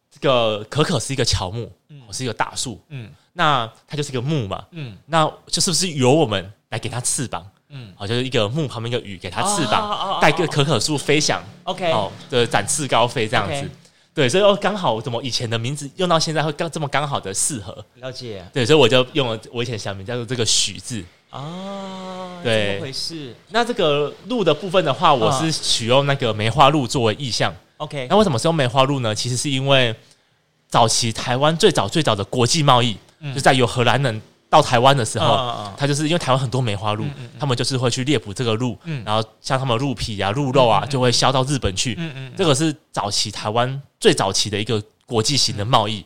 这个可可是一个乔木，我是一个大树，
嗯
那它就是一个木嘛，
嗯
那就是不是由我们来给它翅膀？
嗯
好，就是一个木旁边一个雨，给它翅
哦哦哦
膀，带个可可树飞翔。
OK
哦，对，展翅高飞这样
OK
子。对，所以哦，刚好怎么以前的名字用到现在会刚这么刚好的适合，
了解
对，所以我就用了我以前的小名叫做这个许字。
啊，
对
怎么回事
那这个鹿的部分的话，我
嗯
是取用那个梅花鹿作为意象。
？OK 嗯
那为什么是用梅花鹿呢？其实是因为早期台湾最早最早的国际贸易，就在有荷兰人到台湾的时候，
嗯嗯嗯嗯
他就是因为台湾很多梅花鹿，他们就是会去猎捕这个鹿，
嗯
然后像他们鹿皮啊、鹿肉啊，就会销到日本去。
嗯嗯
这个是早期台湾最早期的一个国际型的贸易。
嗯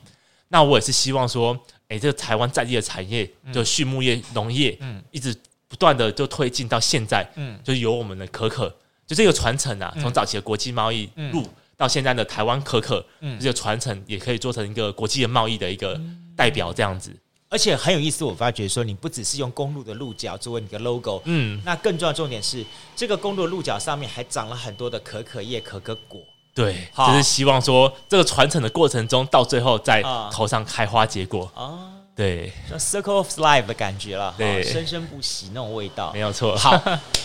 那我也是希望说，哎、这个台湾在地的产业，就畜牧业、农业，
嗯
一直不断的就推进到现在，
嗯
就是由我们的可可，就这个传承啊，从早期的国际贸易
嗯
路到现在的台湾可可，
嗯
这个传承也可以做成一个国际的贸易的一个代表，这样子。
而且很有意思，我发觉说你不只是用公路的鹿角作为你的 logo，、
嗯，
那更重要的重点是这个公路的鹿角上面还长了很多的可可叶、可可果。
对，
好
就是希望说这个传承的过程中，到最后在
啊
头上开花结果。
啊，
对，
像 circle of life 的感觉了，
哦对
哈生生不息那种味道
没。有错。
好，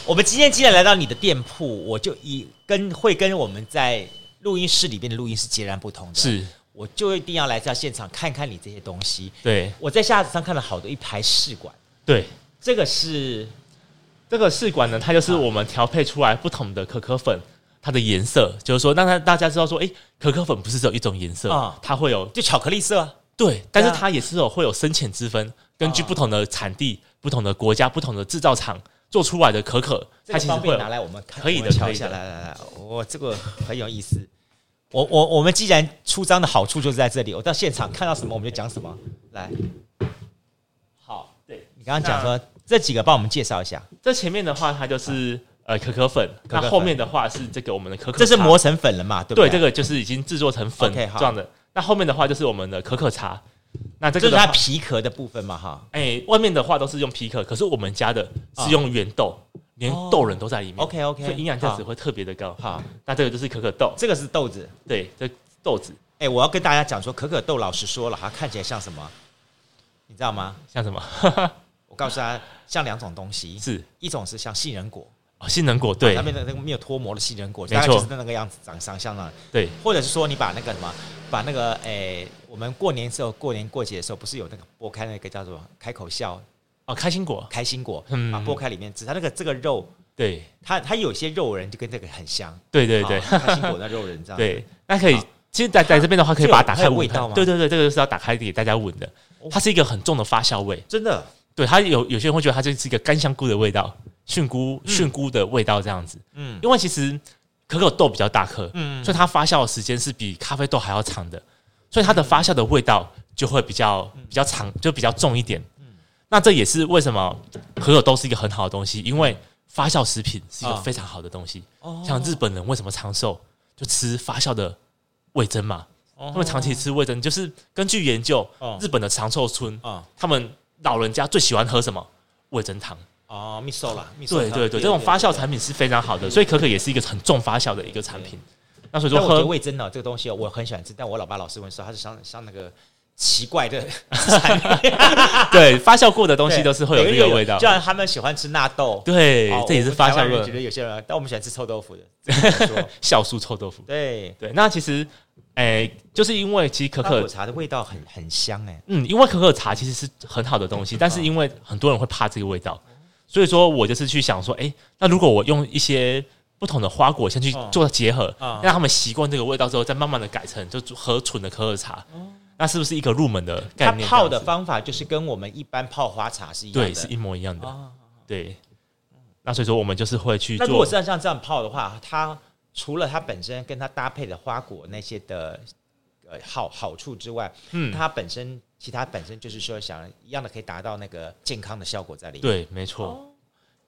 我们今天既然来到你的店铺，我就以跟会跟我们在录音室里边的录音是截然不同的，
是，
我就一定要来到现场看看你这些东西。
对
我在架子上看了好多一排试管，
对。
这个是
这个试管呢，它就是我们调配出来不同的可可粉，它的颜色，就是说让它大家知道说，诶，可可粉不是只有一种颜色，
啊
它会有
就巧克力色啊，
对，但是它也是有会有深浅之分，根据
啊
不同的产地、不同的国家、不同的制造厂做出来的可可，
这
它
个
其实
方
会
便
有
拿来我们看，
可以的
我们瞧
可
一
以
下。
的
来来来，我这个很有意思。我我我们既然出张的好处就是在这里，我到现场看到什么我们就讲什么。来，
好。对，
你刚刚讲说这几个帮我们介绍一下，
这前面的话它就是呃可可粉，
啊可可
那
粉
后面的话是这个我们的可可，
这是磨。成粉了嘛？对不
对，
对？
这个就是已经制作成粉
OK，好
状的。那后面的话就是我们的可可茶，那这
这
个
是
的话
它皮壳的部分嘛？哈
哎、外面的话都是用皮可，可是我们家的是用原豆，连豆仁都在里面。
，OK，OK，
所以营养价值会特别的高。
哦好，
那这个就是可可豆，
这个是豆子。
对，这豆子
哎，我要跟大家讲说，可可豆老实说了，它看起来像什么？你知道吗？
像什么？
我告诉大家，像两种东西，
是
一种是像杏仁果，
哦杏仁果，对
上啊面的那个没有脱模的杏仁果，
没
大概就
错
是那个样子，长长相那样。
对，
或者是说你把那个什么，把那个诶、我们过年时候过年过节的时候，不是有那个剥开那个叫做开口笑
哦，开心果，
开心果，
嗯
把剥开里面，只是它那个这个肉，
对，
它它有些肉人就跟这个很像，
对对对
啊开心果那肉人这样，
对，那可以
好，
其实在在这边的话，可以把它打
这
开
有
闻
味道吗
对对对，这个就是要打开给大家闻的
哦，
它是一个很重的发酵味。
真的
对，它有有些人会觉得它就是一个干香菇的味道，菌菇菌菇的味道这样子。
嗯
嗯，因为其实可可豆比较大颗，
嗯
嗯，所以它发酵的时间是比咖啡豆还要长的，所以它的发酵的味道就会比较
嗯
比较长，就比较重一点。那这也是为什么可可豆是一个很好的东西，因为发酵食品是一个
啊
非常好的东西。
哦
像日本人为什么长寿，就吃发酵的味噌嘛，
哦
他们长期吃味噌，就是根据研究
哦，
日本的长寿村，
啊
他们老人家最喜欢喝什么？味噌汤。
哦蜜寿啦，蜜寿
对对对，这种发酵产品是非常好的，所以可可也是一个很重发酵的一个产品。那所以
品，
说
但我觉得
喝
味噌呢这个东西哦我很喜欢吃，但我老爸老是问说它是像像那个奇怪的 产品，
对发酵过的东西
对
都是会有
每
这
人
个味道
就。像他们喜欢吃纳豆，
对
哦，
这也
我
是
们
发
台湾
酵
人觉
的
得有些人，但我们喜欢吃臭 豆腐的，这个怎么说
酵素臭豆腐。
对，
对，那其实，哎，就是因为 其实可
可
可
可，茶的味道很很香哎，
嗯，因为可可茶其实是很好的
嗯
东西，但是因为很多人会怕这个味道，所以说我就是去想说，哎，那如果我用一些不同的花果先去
嗯
做结合，
嗯
让他们习惯这个味道之后，再慢慢的改成就喝纯的可可茶，那是不是一个入门的概
哦它
念？
泡的方法就是跟我们一般泡花茶是一样的。
对，是一模一样的。
哦
对，那所以说我们就是会去
那如果
做
是，像这样泡的话，它除了它本身跟它搭配的花果那些的呃好好处之外，
嗯，
它本身其他本身就是说想一样的可以达到那个健康的效果在里面。，
对，没错，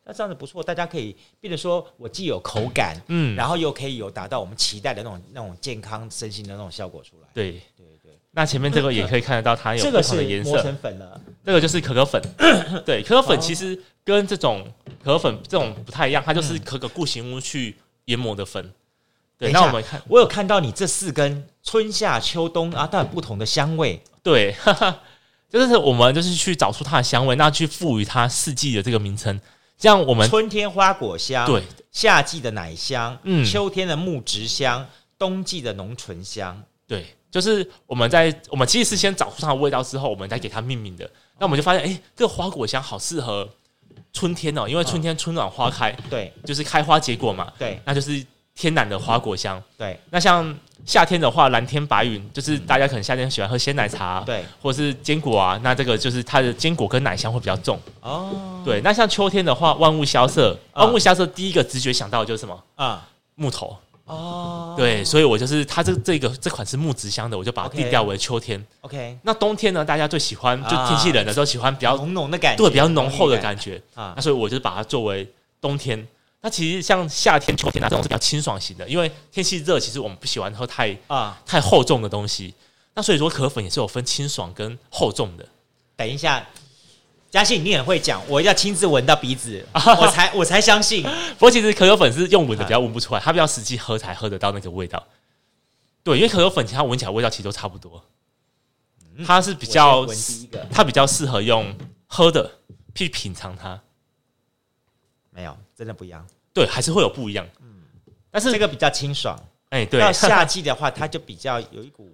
那这样子不错，大家可以变得说我既有口感，
嗯，
然后又可以有达到我们期待的那种那种健康身心的那种效果出来。
对。
对对，
那前面这个也可以看得到，它有
这
不
个
同的
是
颜
磨
色。
成粉了。
这个就是可可 粉，对，可可
哦
粉其实跟这种可可粉这种不太一样，它就是可可固形物去研磨的粉。
嗯
对，
等一下
那我们看，
我有看到你这四根春夏秋冬啊，它有不同的香味。
对， 哈哈，就是我们就是去找出它的香味，那去赋予它四季的这个名称，这样我们
春天花果香，
对，
夏季的奶香，
嗯
秋天的木质香，冬季的浓醇香。
对，就是我们在我们其实是先找出它的味道之后，我们再给它命名的。那我们就发现，哎、这个花果香好适合春天哦，因为春天春暖花开，
对
就是开花结果嘛，
对
那就是天然的花果香。
对
那像夏天的话，蓝天白云，就是大家可能夏天喜欢喝鲜奶茶，，啊
嗯对，
或者是坚果啊，那这个就是它的坚果跟奶香会比较重。
哦，
对，那像秋天的话，万物萧瑟，
啊
万物萧瑟第一个直觉想到的就是什么？
啊
木头。
哦，
对，所以我就是它这这个这款是木质香的，我就把它
OK
定调为秋天。
，OK，
那冬天呢，大家最喜欢就
啊
天气冷的时候喜欢比较、
浓浓的感觉，
对比较浓厚的感觉，
啊
那所以我就把它作为冬天。那其实像夏天、秋天啊这种是比较清爽型的，因为天气热，其实我们不喜欢喝太
啊。
太厚重的东西。那所以说，可粉也是有分清爽跟厚重的。
等一下。嘉信，你很会讲，我要亲自闻到鼻 子，我才我才相信。
不过其实可可粉是用闻的比较闻不出来，它比较实际喝才喝得到那个味道。对，因为可可粉其实它闻起来味道其实都差不多，它是比
我
较
先闻第一个
它比较适合用喝的去品尝它。
没有，真的不一样。
对，还是会有不一样。
嗯
但是
这个比较清爽，
哎、对，
到夏季的话，它就比较有一股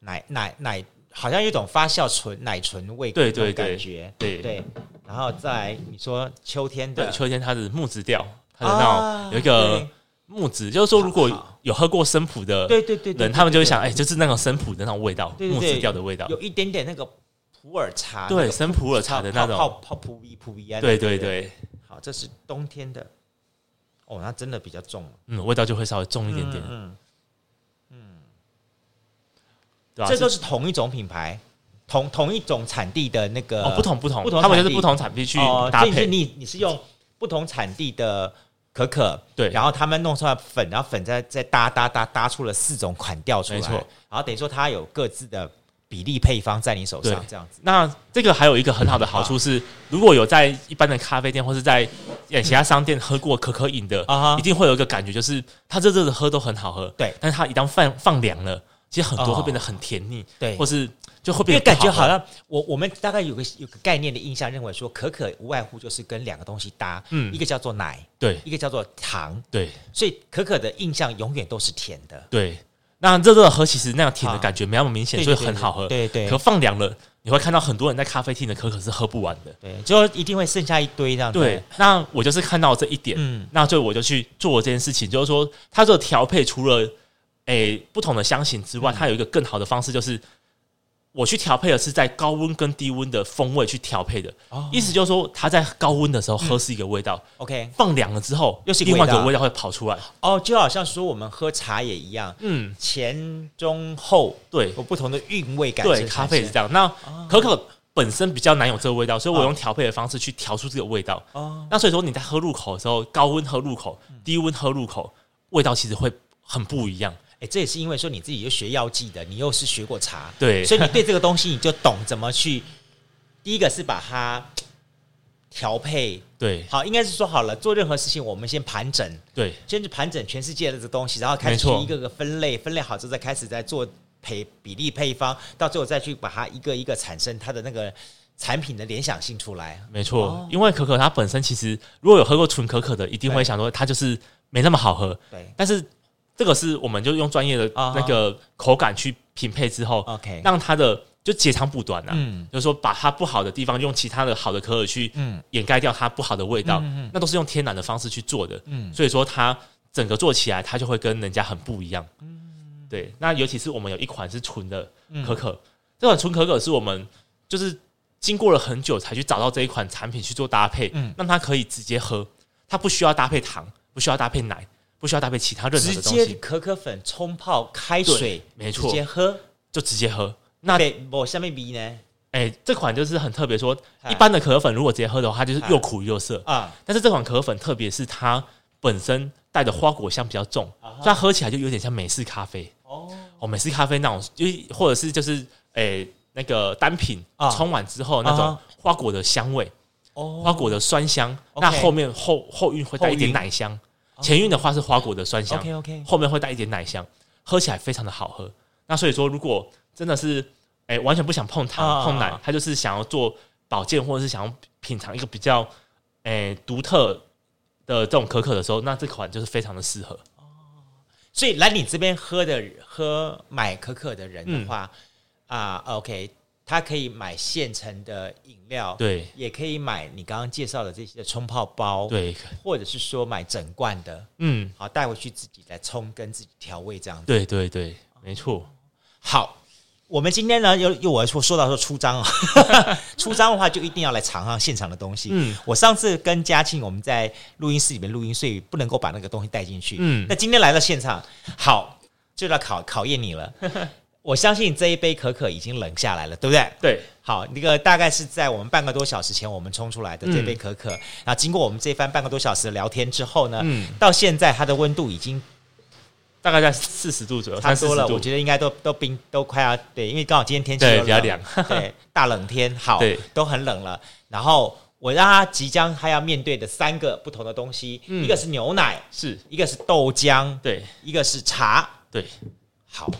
奶奶奶，好像有一种发酵醇奶醇味，
对对
感
对
觉，
对
对。然后再来你说秋天的
对，秋天它的木质调，它的那
啊
种有一个木质，就是说如果
好好
有喝过生普的
对对对对对
人，他们就会
对
想，哎、就是那种生普的那种味道，
对对
木
对
质调的味道。
有一点点那个普洱茶，那
对，
个
生普洱茶的那
泡
种，
泡泡扑鼻扑鼻啊，
对
那
对
个
对，
好，这是冬天的，哦，那真的比较重了，
嗯，味道就会稍微重一点点，
嗯，
对吧？
这都
是
是同一种品牌，同同一种产地的那个
哦，不同不同
呃不同，
他们就
产
是
地
不同产地去
哦，
搭
所以是
配，
你你是用不同产地的可可，
对
然后他们弄出来粉，然后粉再再搭搭搭搭出了四种款调出来，
没错
然后等于说它有各自的比例配方在你手上，
对
这样子
那这个还有一个很好的好
啊
处是，如果有在一般的咖啡店或是在呃其他商店喝过可可饮的
啊哈，
一定会有一个感觉，就是它热热的喝都很好喝，
对
但是它一旦放放凉了，其实很多
哦
会变得很甜腻，
对
或是就会
因
变
为
得
感觉
不
好
喝
像我我们大概有个有个概念的印象，认为说可可无外乎就是跟两个东西搭，
嗯
一个叫做奶，
对
一个叫做糖，
对
所以可可的印象永远都是甜的，
对。那热热的喝其实那样甜的感觉没那么明显，
对
所以
对
很
啊对
好喝。
对对
可放凉了，你会看到很多人在咖啡厅的可可是喝不完的。
对，就一定会剩下一堆这样子。
对，那我就是看到这一点，
嗯
那所以我就去做这件事情，就是说，它这个调配除了诶、不同的香型之
嗯
外，它有一个更好的方式，就是我去调配的是在高温跟低温的风味去调配的，
哦
意思就是说，它在高温的时候喝是一个味道，
，OK，
放凉了之后
又是一个
另外一
味
个
道
味道会跑出来。
哦，就好像说我们喝茶也一样，
嗯，
前中后
对
有不同的韵味感哦是
对，
产生。
咖啡也是这样。那可可本身比较难有这个味道，所以我用调配的方式去调出这个味道。
哦，
那所以说你在喝入口的时候，高温喝入口，低温喝入口，味道其实会很不一样。
哎，这也是因为说你自己又学药剂的，你又是学过茶，
对，
所以你对这个东西你就懂怎么去。第一个是把它调配
对
好，应该是说好了，做任何事情我们先盘整，
对
先去盘整全世界的这东西，然后开始
没
去
错
一个个分类，分类好之后再开始再做配比例配方，到最后再去把它一个一个产生它的那个产品的联想性出来。
没错，因为可可它本身其实如果有喝过纯可可的，一定会想说它就是没那么好喝。
对
但是这个是我们就用专业的
啊哈啊
那个口感去匹配之后，
，OK，
让它的就截长补短啊，
嗯
就是说把它不好的地方用其他的好的可可去
嗯
掩盖掉它不好的味道，那都是用天然的方式去做的，
嗯
所以说它整个做起来它就会跟人家很不一样。
嗯
对，那尤其是我们有一款是纯的可可，这款纯可可是我们就是经过了很久才去找到这一款产品去做搭配，
嗯
让它可以直接喝，它不需要搭配糖，不需要搭配奶，不需要搭配其他任何
直
的东
接
西，
可可粉冲泡开
对
水，
没错
直接喝。
就直接喝。那
对，我下面比呢
哎、这款就是很特别说，
嗨
一般的可可粉如果直接喝的话，它就是又苦又涩。
啊，
但是这款可可粉，特别是它本身带的花果香比较重，
啊哈
所以它喝起来就有点像美式咖啡
哦，
哦，美式咖啡那种，就是或者是就是诶、那个单品
啊
冲完之后那
啊
种
哈
花果的香味，
哦
花果的酸香，
OK
那后面后后韵会带一点奶香，前韵的话是花果的酸香，
，OK OK，
后面会带一点奶香，喝起来非常的好喝。那所以说，如果真的是哎、完全不想碰糖、
啊
碰奶，他就是想要做保健或者是想要品尝一个比较哎独、特的这种可可的时候，那这款就是非常的适合。
所以来你这边喝的喝买可可的人的话啊，OK，他可以买现成的饮料，，
对
也可以买你刚刚介绍的这些冲泡包，，
对，
或者是说买整罐的，
嗯，
好带回去自己来冲跟自己调味这样子。
对对对，没错，
好，我们今天呢，又又我说说到说出张啊， 出张的话就一定要来尝尝现场的东西。
嗯
我上次跟嘉庆我们在录音室里面录音，所以不能够把那个东西带进去。
嗯
那今天来到现场，好，就要考考验 你了。我相信这一杯可可已经冷下来了，对不对？
对
好，那个大概是在我们半个多小时前我们冲出来
嗯
的这杯可可，然后经过我们这番半个多小时的聊天之后呢，
嗯
到现在它的温度已经
大概在四十度左右，
差
三
不
十
多了，
度。
我觉得应该都都冰都快要对，因为刚好今天天气
对
又
比较
冷
凉
对，大冷 天，好
对，
都很冷了。然后我让他即将他要面对的三个不同的东西，
嗯
一个是牛奶，
是，
一个是豆浆，
对
一个是茶。
对，
好，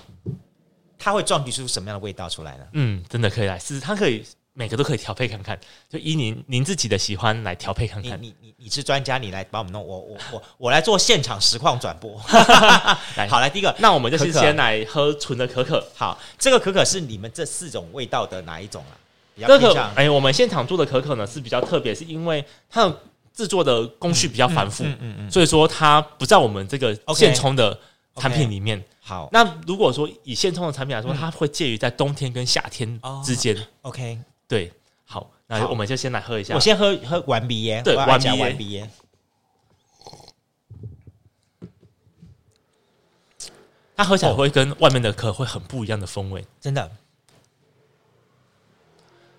它会撞击出什么样的味道出来呢？
嗯，真的可以来试试，它可以每个都可以调配看看，就依您您自己的喜欢来调配看
你
看。
你你你是专家，你来帮我们弄，我我我我来做现场实况转 播。
来
好，来第一个，
那我们就是
可啊可
先来喝纯的可可，
好，这个可可是你们这四种味道的哪一种啊？比较
这
偏
个
向
哎、我们现场做的可可呢是比较特别，是因为它的制作的工序比较繁复，
嗯嗯嗯，
所以说它不在我们这个
OK
现冲的产品里面。
好
那如果说以现冲的产品来说，
嗯
它会介于在冬天跟夏天
哦
之间。
，OK。
对，好，那
好
我们就先来喝一下。
我先喝喝完鼻烟，
对
我要
完鼻
讲
烟
完鼻烟。
它喝起来会跟外面的可会很不一样的风味。
真的，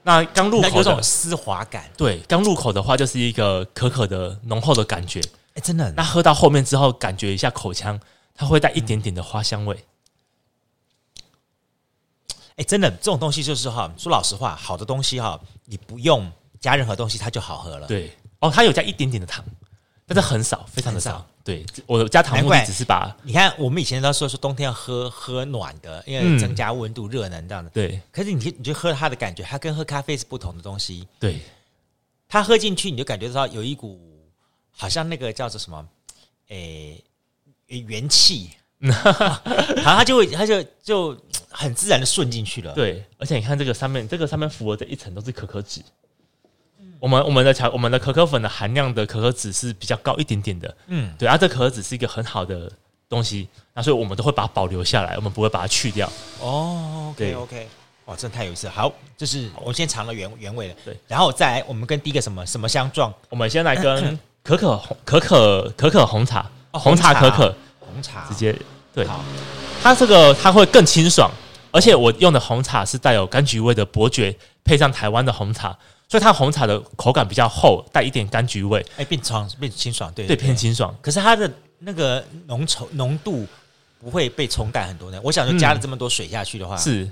那刚入
那有
口
种
的。
丝滑感，
对，刚入口的话就是一个可可的浓厚的感觉，
哎，真的
那喝到后面之后，感觉一下口腔，它会带一点点的花香味。
哎，真的，这种东西就是哈，说老实话，好的东西哈，你不用加任何东西，它就好喝了。
对，哦，它有加一点点的糖，但是很少，非常的
很
少
少。
对，我的加糖
难
目的
怪
只是把
你看，我们以前都说说冬天要喝喝暖的，因为
嗯
增加温度、热能这样的。
对
可是你去你就喝它的感觉，它跟喝咖啡是不同的东西。
对
它喝进去，你就感觉到有一股好像那个叫做什么，诶、元气，然后它就会它就就很自然的顺进去了。，
对，而且你看这个上面，这个上面浮的这一层都是可可脂。我们我们的巧我们的可可粉的含量的可可脂是比较高一点点的，
嗯，
对，啊，这可可脂是一个很好的东西，那所以我们都会把它保留下来，我们不会把它去掉。
哦，OK
对
OK，哇，真的太有意思了。好，就是我先尝了原原味了，
对，
然后再来我们跟第一个什么什么相撞
我们先来跟呃可可红可可可可红茶，
哦
红茶可可
红茶，
直接对
好，
它这个它会更清爽，而且我用的红茶是带有柑橘味的伯爵，配上台湾的红茶，所以它红茶的口感比较厚，带一点柑橘味，
哎、变爽变清爽，对
对，偏。清爽。
可是它的那个浓稠浓度不会被冲淡很多呢。我想说加了这么多水下去的话，
嗯是，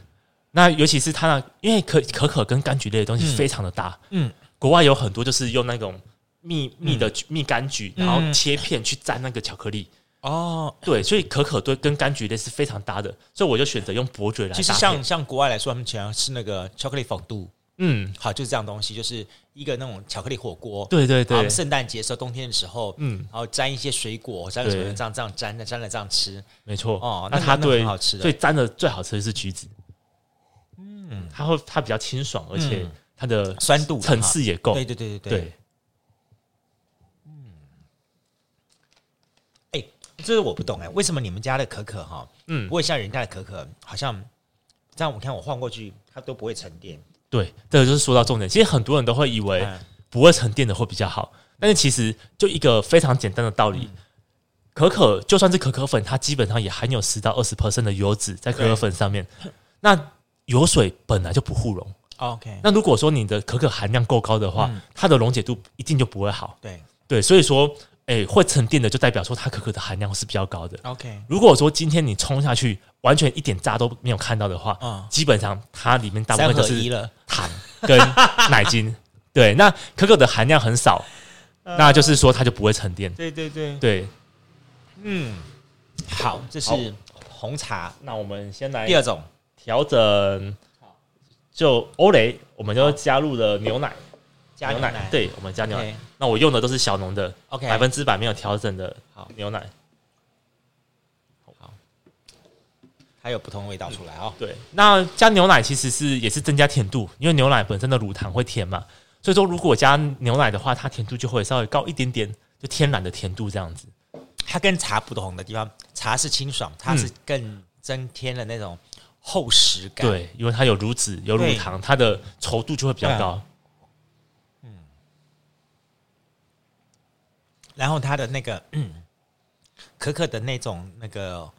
那尤其是它那，因为可可可跟柑橘类的东西非常的搭，
嗯
嗯，国外有很多就是用那种蜜蜜的蜜柑橘，然后
嗯
切片去蘸那个巧克力，
哦，
对，所以可可对跟柑橘类是非常搭的，所以我就选择用伯爵来搭配。
其实像像国外来说，他们喜欢吃那个巧克力粉度，
嗯，
好，就是这样东西，就是一个那种巧克力火锅。
对对
然后
对
我们，圣诞节的时候，冬天的时候，嗯
嗯，
然后沾一些水果，沾了什么
对
这样这样沾了沾了这样吃，
没错。
哦
那
那
它
那很
对
好吃的
最沾的最好吃的是橘子，嗯，它会它比较清爽，而且
嗯
它的
酸度
层
哈
次也够
对，对对对
哦对
对。，哎、这是我不懂哎、为什么你们家的可可哈
嗯
不，会像人家的可可，好像这样我看我晃过去，它都不会沉淀。
对，这个就是说到重点。其实很多人都会以为
嗯
不会沉淀的会比较好，但是其实就一个非常简单的道理，
嗯
可可就算是可可粉，它基本上也含有十到二十 percent 的油脂在可可粉上面。那油水本来就不互溶，
哦 OK，
那如果说你的可可含量够高的
嗯
话，它的溶解度一定就不会好。
对
对，所以说，诶、会沉淀的就代表说它可可的含量是比较高的。
，OK，
如果说今天你冲下去，完全一点渣都没有看到的话，
嗯
基本上它里面大部
三
分就
合
是
一了。
糖跟奶精。对，那可可的含量很少，
呃
那就是说它就不会沉淀。
对对对，
对，
嗯，好，这
好哎
是红茶
那我们先来
第二种，
调整，就欧蕾，我们就加入了牛奶，
加牛奶。
对，我们加牛奶
OK。
那我用的都是小浓的，
，OK，
百分之百没有调整的
好
牛奶。
它有不同的味道出来哦。
对，那加牛奶其实是也是增加甜度，因为牛奶本身的乳糖会甜嘛，所以说如果加牛奶的话，它甜度就会稍微高一点点，就天然的甜度这样子。
它跟茶不同的地方，茶是清爽，它是更增添了那种厚实感。，
对，因为它有乳脂、有乳
对
糖，它的稠度就会比较高。
然后它的那个嗯，可可的那种那个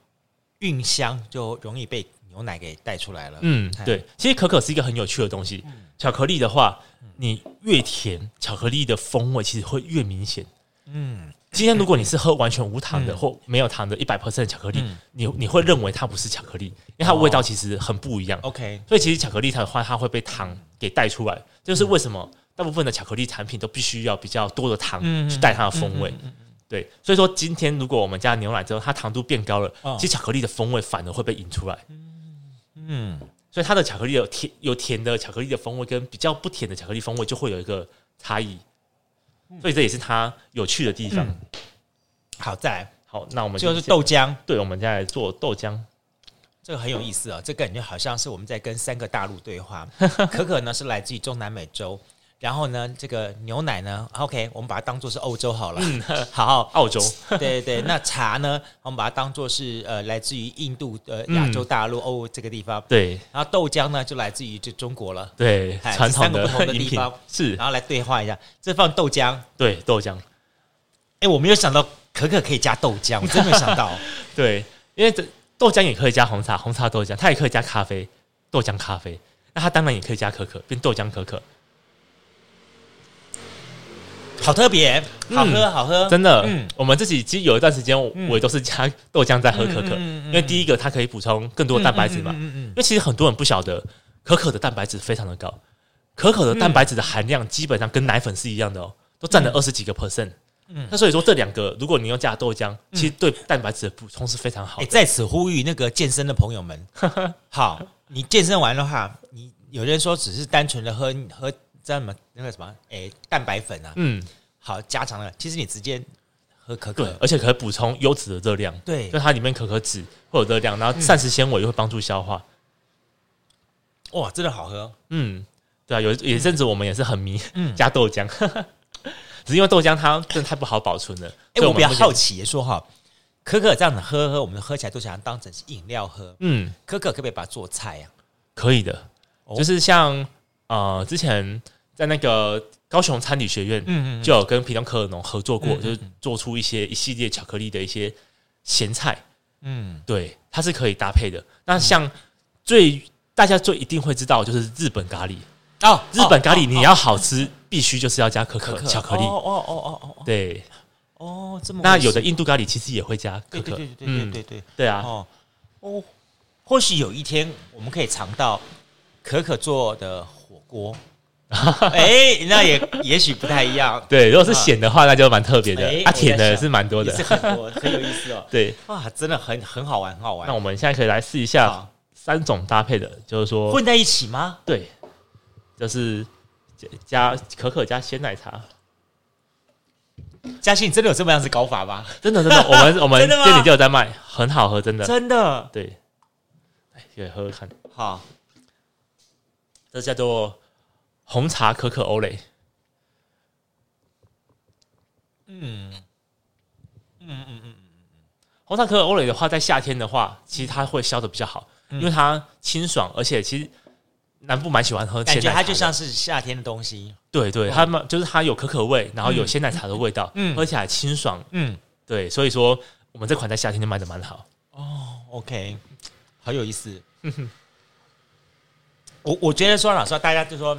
韵香就容易被牛奶给带出来了。
嗯
哎，嗯
对，其实可可是一个很有趣的东西。巧克力的话，你越甜，巧克力的风味其实会越明显。
嗯，
今天如果你是喝完全无糖的、
嗯
或没有糖的一百 percent 巧克力，
嗯
你你会认为它不是巧克力，因为它的味道其实很不一样。
，OK，
所以其实巧克力它的话，它会被糖给带出来，这就是为什么大部分的巧克力产品都必须要比较多的糖
嗯
去带它的风味。对，所以说今天如果我们加牛奶之后，它糖度变高了，
哦
其实巧克力的风味反而会被引出来。
嗯，
所以它的巧克力有甜有甜的巧克力的风味，跟比较不甜的巧克力风味就会有一个差异。
嗯
所以这也是它有趣的地方。
好，再来，
好，那我们
嗯最后是
先
豆，浆，
对，我们再来做豆浆。
这个很有意思哦，这感觉好像是我们在跟三个大陆对 话。可可呢是来自于中南美洲，然后呢，这个牛奶呢，OK，我们把它当做是欧洲好了。
嗯
好，
澳洲
对对对，那茶呢，我们把它当做是呃来自于印度呃亚洲大
嗯
陆欧、这个地方，
对
然后豆浆呢就来自于这中国了。
对
哎
传统
三个不同的地
饮品
方
是
然后来对话一下，这放豆浆，
对豆浆。
哎，我没有想到可可可以加豆浆，我真没有想 到。
对，因为这豆浆也可以加红茶，红茶豆浆，它也可以加咖啡，豆浆咖啡。那它当然也可以加可可，变豆浆可可，
好特别，好喝，好喝，
嗯真的。
嗯
我们自己其实有一段时间，我
嗯
我也都是加豆浆在喝可
嗯
可，
嗯嗯嗯
因为第一个它可以补充更多的蛋白质嘛。
嗯嗯嗯嗯嗯
因为其实很多人不晓得，可可的蛋白质非常的
嗯
高，可可的蛋白质的含量基本上跟奶粉是一样的哦，都占了二十几个 percent。嗯，那所以说这两个，如果你用加豆浆，其实
嗯
对蛋白质的补充是非常好
哎、
的。
在此呼吁那个健身的朋友 们，好，你健身完的话，你有人说只是单纯的喝喝什么那个什么，哎、蛋白粉啊，
嗯，
好加长了，其实你直接喝可
对
可，，
而且可以补充优质的热量，
对
就它里面可可脂会有热量，然后膳食纤维又会帮助消化。
哇，真的好喝，
嗯，对啊，有有一阵子我们也是很迷、
嗯
加豆浆，只是因为豆浆它真的太不好保存了。
哎、
所以
我比较
们会
好奇说哈，可可这样子喝喝，我们喝起来都想要当成是饮料喝，
嗯，
可可可不可以把它做菜啊呀、
可以的，
哦
就是像呃之前在那个高雄餐旅学院，
嗯嗯嗯
就有跟屏东可尔农合作过，
嗯嗯嗯
就是做出一些一系列巧克力的一些咸菜，
嗯，
对，它是可以搭配的。那像最大家最一定会知道就是日本咖喱，
哦，
日本咖喱
哦
你要好吃，必须就是要加可可
可可
巧克力
哦，哦哦哦哦
对。
哦，这么
那
回事
有的印度咖喱其实也会加可
对对
可，
对对对对
嗯，
对，
对啊，
哦哦，或许有一天我们可以尝到可可做的火 锅，哎、那也也许不太一 样，
对，如果是咸的话，那就蛮特别的
哎；
啊，甜的
我在想
是蛮多
也
的
是。很多很有意思哦，
对，
哇，真的很很好玩，很好玩
那，我们现在可以来试一下
好
三种搭配的，就是说，
混在一起吗？
对，就是加加可可加鲜奶茶，
嘉欣，你真的有这么样子搞法吗？
真的真的，我们我们
真的吗
店里就有在卖，很好喝，真的。
真的，
对，哎，可以喝喝看，
好，
这叫做红茶可可欧蕾。
嗯嗯嗯，
红茶可可欧蕾的话，在夏天的话，其实它会消的比较好，
嗯
因为它清爽，而且其实南部蛮喜欢喝鲜
感
奶
觉
茶的，
它就像是夏天的东西，
对对，它们就是它有可可味，然后有鲜奶茶的味道，
嗯
喝起来清爽。
嗯
对，所以说我们这款在夏天就卖的蛮好。
，OK，好有意思。我我觉得说老实话，大家就说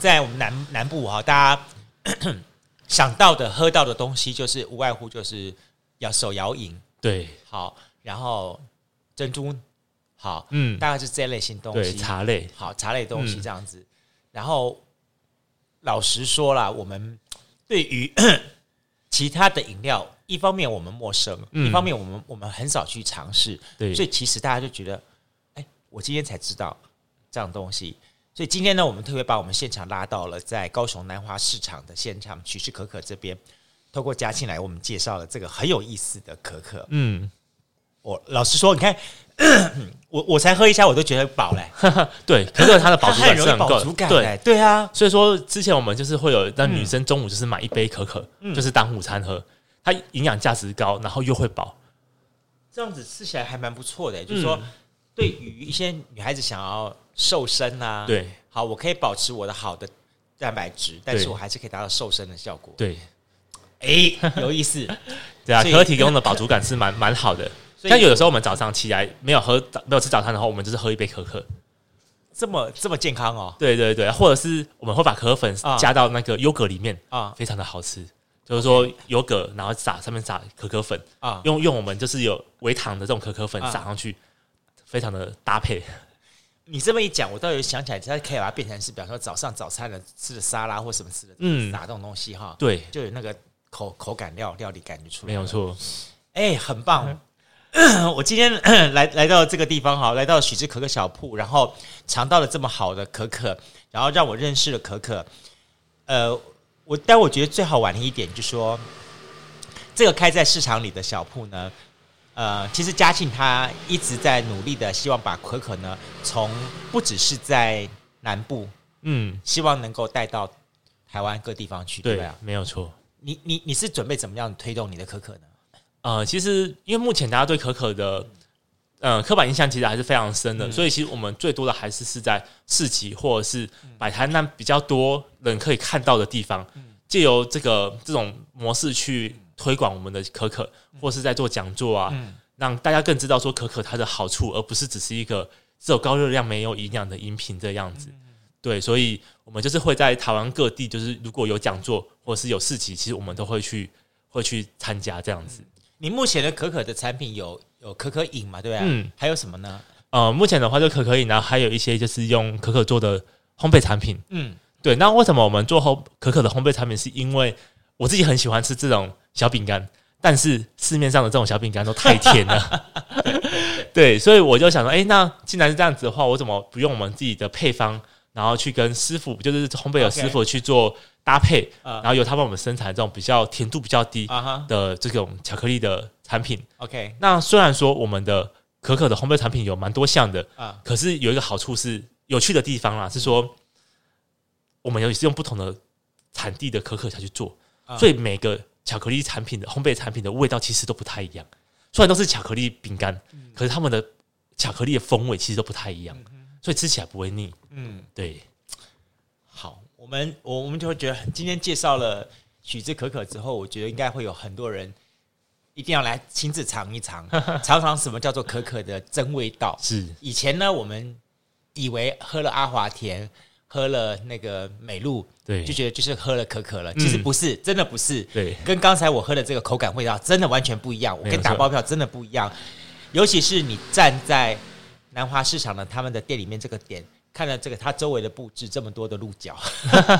在我们南南部哈，大家 想到的喝到的东西，就是无外乎就是要手摇饮
对，
好，然后珍珠好，
嗯，
大概是这类型东
对，
西，
茶类，
好茶类东西
嗯
这样子。然后老实说啦，我们对于 其他的饮料，一方面我们陌生，
嗯
一方面我们我们很少去尝试，
对，
所以其实大家就觉得，哎，我今天才知道这样东西。所以今天呢，我们特别把我们现场拉到了在高雄南华市场的现场，许氏可可这边，透过嘉庆来我们介绍了这个很有意思的可可。
嗯，
我老实说，你看， 我我才喝一下我都觉得饱嘞、
对，可可它的饱足
它
感
很容
是
易
很够
饱
的
足感、
对。
欸，对啊，
所以说，之前我们就是会有让女生中午就是买一杯可可，
嗯
就是当午餐喝，它营养价值高，然后又会饱。
这样子吃起来还蛮不错的、就是说
嗯
对于一些女孩子想要瘦身啊，，
对
好，我可以保持我的好的蛋白质，但是
对
我还是可以达到瘦身的效果，
对
哎、有 意思，
对啊，可
所以
可提供的饱足感是 蛮蛮好的。
所以
像有的时候我们早上起来没有喝没有吃早餐的话，我们就是喝一杯可
嗯
可。
这么这么健康哦，
对对对，或者是我们会把可可粉
啊
加到那个优格里面，
啊
非常的好吃。就是说有葛，然后撒上面撒可可粉，
啊，
用用我们就是有微糖的这种可可粉
啊
撒上去，非常的搭配。
你这么一讲，我倒有想起来，它可以把它变成是，比方说早上早餐的吃的沙拉或什么吃的，
嗯
嗯，哪种东西哈，
对，
就有那个口口感料料理感觉出
没
来，
有错。
哎、很棒！ 我今天来来到这个地方哈，来到许之可可小铺，然后尝到了这么好的可可，然后让我认识了可可。呃，我但我觉得最好玩的一点就是说，这个开在市场里的小铺呢，呃，其实嘉庆他一直在努力的，希望把可可呢，从不只是在南部，
嗯，
希望能够带到台湾各地方去，对
对
不对啊？
没有错。
你你你是准备怎么样推动你的可可呢？
呃，其实因为目前大家对可可的呃刻板印象其实还是非常深的，所以其实我们最多的还是是在市集或者是摆摊那比较多人可以看到的地方，借由这个这种模式去推广我们的可可，或是在做讲座啊，让大家更知道说可可它的好处，而不是只是一个只有高热量没有营养的饮品这样子。对，所以我们就是会在台湾各地，就是如果有讲座或是有市集，其实我们都会去会去参加这样子。
你目前的可可的产品有有可可饮嘛，对不对？
嗯
还有什么呢？
呃，目前的话就可可饮，然后还有一些就是用可可做的烘焙产品。
嗯，
对，那为什么我们做烘可可的烘焙产品？是因为我自己很喜欢吃这种小饼干，但是市面上的这种小饼干都太甜了。对，所以我就想说，哎、那既然是这样子的话，我怎么不用我们自己的配方，然后去跟师傅，就是烘焙的
OK
师傅去做搭配
啊
然后由他帮我们生产这种比较甜度比较低
啊哈
的这种巧克力的产品。
，OK
那虽然说我们的可可的烘焙产品有蛮多项的，
啊，
可是有一个好处是有趣的地方
嗯
啦，是说我们有是用不同的产地的可可下去做，
啊
所以每个巧克力产品的烘焙产品的味道其实都不太一样。虽然都是巧克力饼干，
嗯
可是他们的巧克力的风味其实都不太一样，所以吃起来不会腻。
嗯，
对，
好，我们我我们就会觉得很，今天介绍了许之可可之后，我觉得应该会有很多人一定要来亲自尝 一尝，尝尝什么叫做可可的真味道。
是
以前呢，我们以为喝了阿华田，喝了那个美露，
对
就觉得就是喝了可可了，其实
嗯
不是，真的不是，
对
跟刚才我喝的这个口感味道真的完全不一样，我
没有
跟打
错
包票真的不一样，尤其是你站在南华市场的他们的店里面这个点。看了这个，它周围的布置这么多的鹿 角，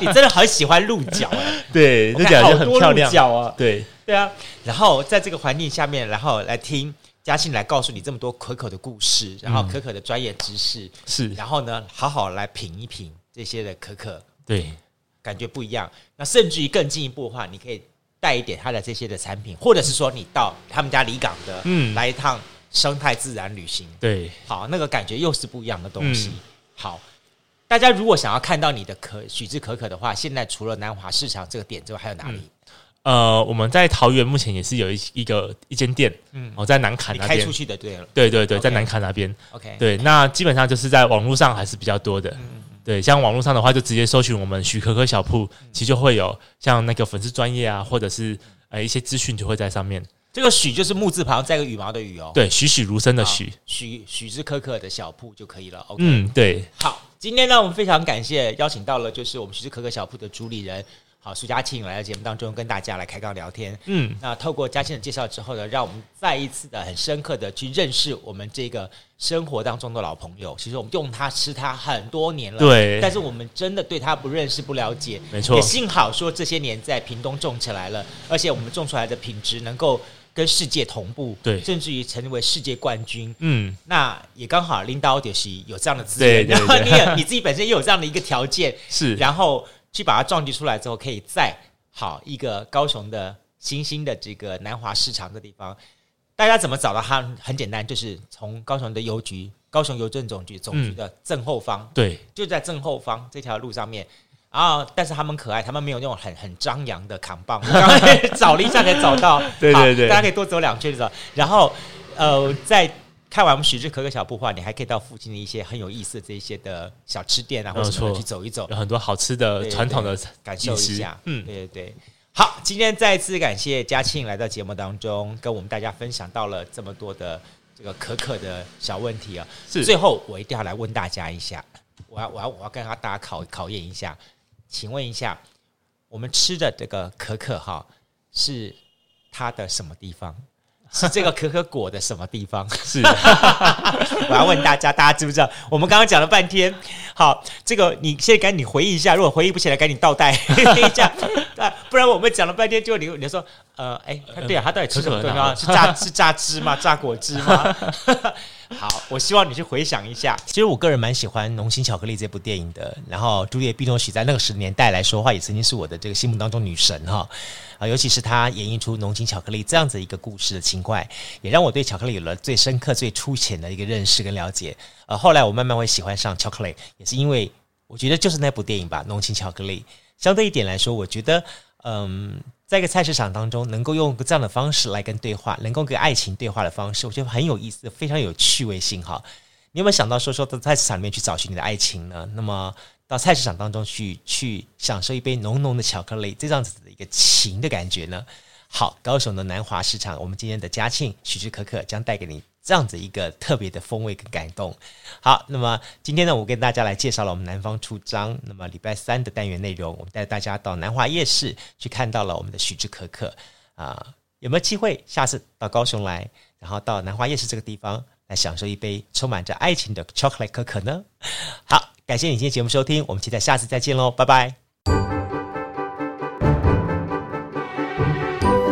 你真的很喜欢鹿角哎、
对
我看好多鹿角啊，
对，
对啊，然后在这个环境下面，然后来听嘉信来告诉你这么多可可的故事，然后
嗯
可可的专业知识，
是，
然后呢，好好来品一品这些的可可，
对，
感觉不一样。那甚至于更进一步的话，你可以带一点它的这些的产品，或者是说你到他们家离港的，
嗯
嗯，来一趟生态自然旅行，
对，
好，那个感觉又是不一样的东西。
嗯
好，大家如果想要看到你的可许之可可的话，现在除了南华市场这个点之外，还有哪里？
呃，我们在桃园目前也是有一一个一间店，嗯，哦，在南坎
你
那
开
边
出，去的对了
对对对，在
OK
南坎那边，
，OK，
对，那基本上就是在网络上还是比较多的。
嗯
对，像网络上的话，就直接搜寻我们许可可小铺，
嗯
其实就会有像那个粉丝专业啊，或者是呃一些资讯就会在上面。
这个许就是木字旁再一个羽毛的羽哦，
对，栩栩如生的
好，
许，
许许之可可的小铺就可以了，OK。
嗯，对，
好，今天呢，我们非常感谢邀请到了就是我们徐志可可小铺的主理人，好苏佳庆来到节目当中跟大家来开杠聊天。
嗯，
那透过嘉庆的介绍之后呢，让我们再一次的很深刻的去认识我们这个生活当中的老朋友。其实我们用它吃它很多年了，
对
但是我们真的对它不认识不了解，
没错
也幸好说这些年在屏东种起来了，而且我们种出来的品质能够跟世界同步，
对
甚至于成为世界冠军。
嗯，
那也刚好拎到就是有这样的资
对
源，
对
然后你
对
也你自己本身也有这样的一个条件，
是，
然后去把它撞击出来之后，可以再好一个高雄的新兴的这个南华市场的地方。大家怎么找到它？很简单，就是从高雄的邮局、高雄邮政总局总
嗯
局的正后方，
对，
就在正后方这条路上面。啊！但是他们可爱，他们没有那种很很张扬的扛棒。我刚才找了一下才找 到，
对
好
对对
大家可以多走两圈走。然后，呃，在看完我们许志可可小步话，你还可以到附近的一些很有意思的这一些的小吃店啊，或者什么
没
的
有错
去走一走
有，很多好吃的
对
传统的
感受
饮
一
食
下。
嗯，
嗯，对对对。好，今天再次感谢嘉庆来到节目当中，跟我们大家分享到了这么多的这个可可的小问题啊。
是
最后我一定要来问大家一下，我要我要我要跟大家考考验一下，请问一下，我们吃的这个可可哈是它的什么地方？是这个可可果的什么地方？
是，
我要问大家，大家知不知道？我们刚刚讲了半天，好，这个你现在赶紧回忆一下，如果回忆不起来，赶紧倒带 一下，啊，不然我们讲了半天，就你你说，呃，哎、对啊，他到底吃什么东西啊？
可
是榨是榨汁吗？榨果汁吗？ 好，我希望你去回想一下。
其实我个人蛮喜欢《浓情巧克力》这部电影的，然后朱丽叶·碧诺许在那个十年代来说的话，也曾经是我的这个心目当中女神哈。啊，尤其是她演绎出浓情巧克力这样子一个故事的情怀，也让我对巧克力有了最深刻、最粗浅的一个认识跟了解。呃，后来我慢慢会喜欢上巧克力，也是因为我觉得就是那部电影吧，《浓情巧克力》。相对一点来说，我觉得，嗯，在一个菜市场当中，能够用这样的方式来跟对话，能够跟爱情对话的方式，我觉得很有意思，非常有趣味性哈。你有没有想到说说到菜市场里面去找寻你的爱情呢？那么到菜市场当中去去享受一杯浓浓的巧克力，这样子的一个情的感觉呢？好，高雄的南华市场，我们今天的嘉庆许之可可将带给你这样子一个特别的风味跟感动。好，那么今天呢，我跟大家来介绍了我们南方出张，那么礼拜三的单元内容，我们带大家到南华夜市去看到了我们的许之可可啊、有没有机会下次到高雄来，然后到南华夜市这个地方来享受一杯充满着爱情的 chocolate 可可呢？好，感谢你今天节目收听，我们期待下次再见喽，拜拜。